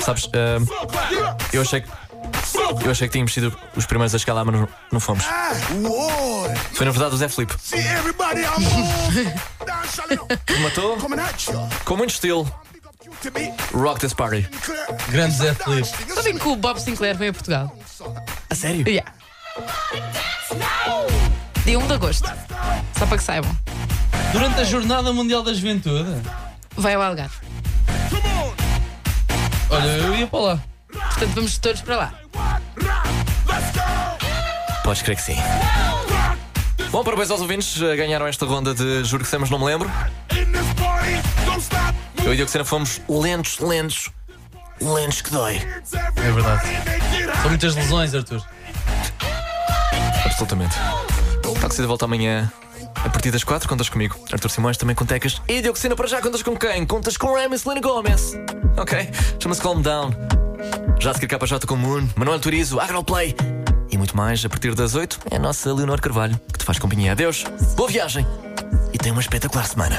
[SPEAKER 4] Sabes, ehm, eu achei que. Eu achei que tínhamos sido os primeiros a chegar lá, mas não, não fomos. Foi na verdade o Zé Filipe. Matou com muito estilo. Rock this party.
[SPEAKER 6] Grande Zé Feliz.
[SPEAKER 3] Sabem que o Bob Sinclair veio a Portugal?
[SPEAKER 4] A sério?
[SPEAKER 3] Yeah. Dia 1 de agosto. Só para que saibam.
[SPEAKER 6] Durante a Jornada Mundial da Juventude.
[SPEAKER 3] Vai ao Algarve.
[SPEAKER 6] Olha, eu ia para lá.
[SPEAKER 3] Portanto, vamos todos para lá.
[SPEAKER 4] Podes crer que sim. Bom, parabéns aos ouvintes. eh, Ganharam esta ronda de Juro que Sei, mas não me lembro. Eu e Diogo Sena fomos lentos, lentos, lentos que dói.
[SPEAKER 6] É verdade. São muitas lesões, Arthur.
[SPEAKER 4] Absolutamente. Taxi de volta amanhã. A partir das 4, contas comigo. Arthur Simões também com Tecas. E Diogo Sena para já, contas com quem? Contas com Remy Selena Gomez. Ok? Chama-se Calm Down. Já a seguir KJ com Moon, Manuel Turizo, Agroplay e muito mais. A partir das 8 é a nossa Leonor Carvalho que te faz companhia. Adeus, boa viagem e tenha uma espetacular semana.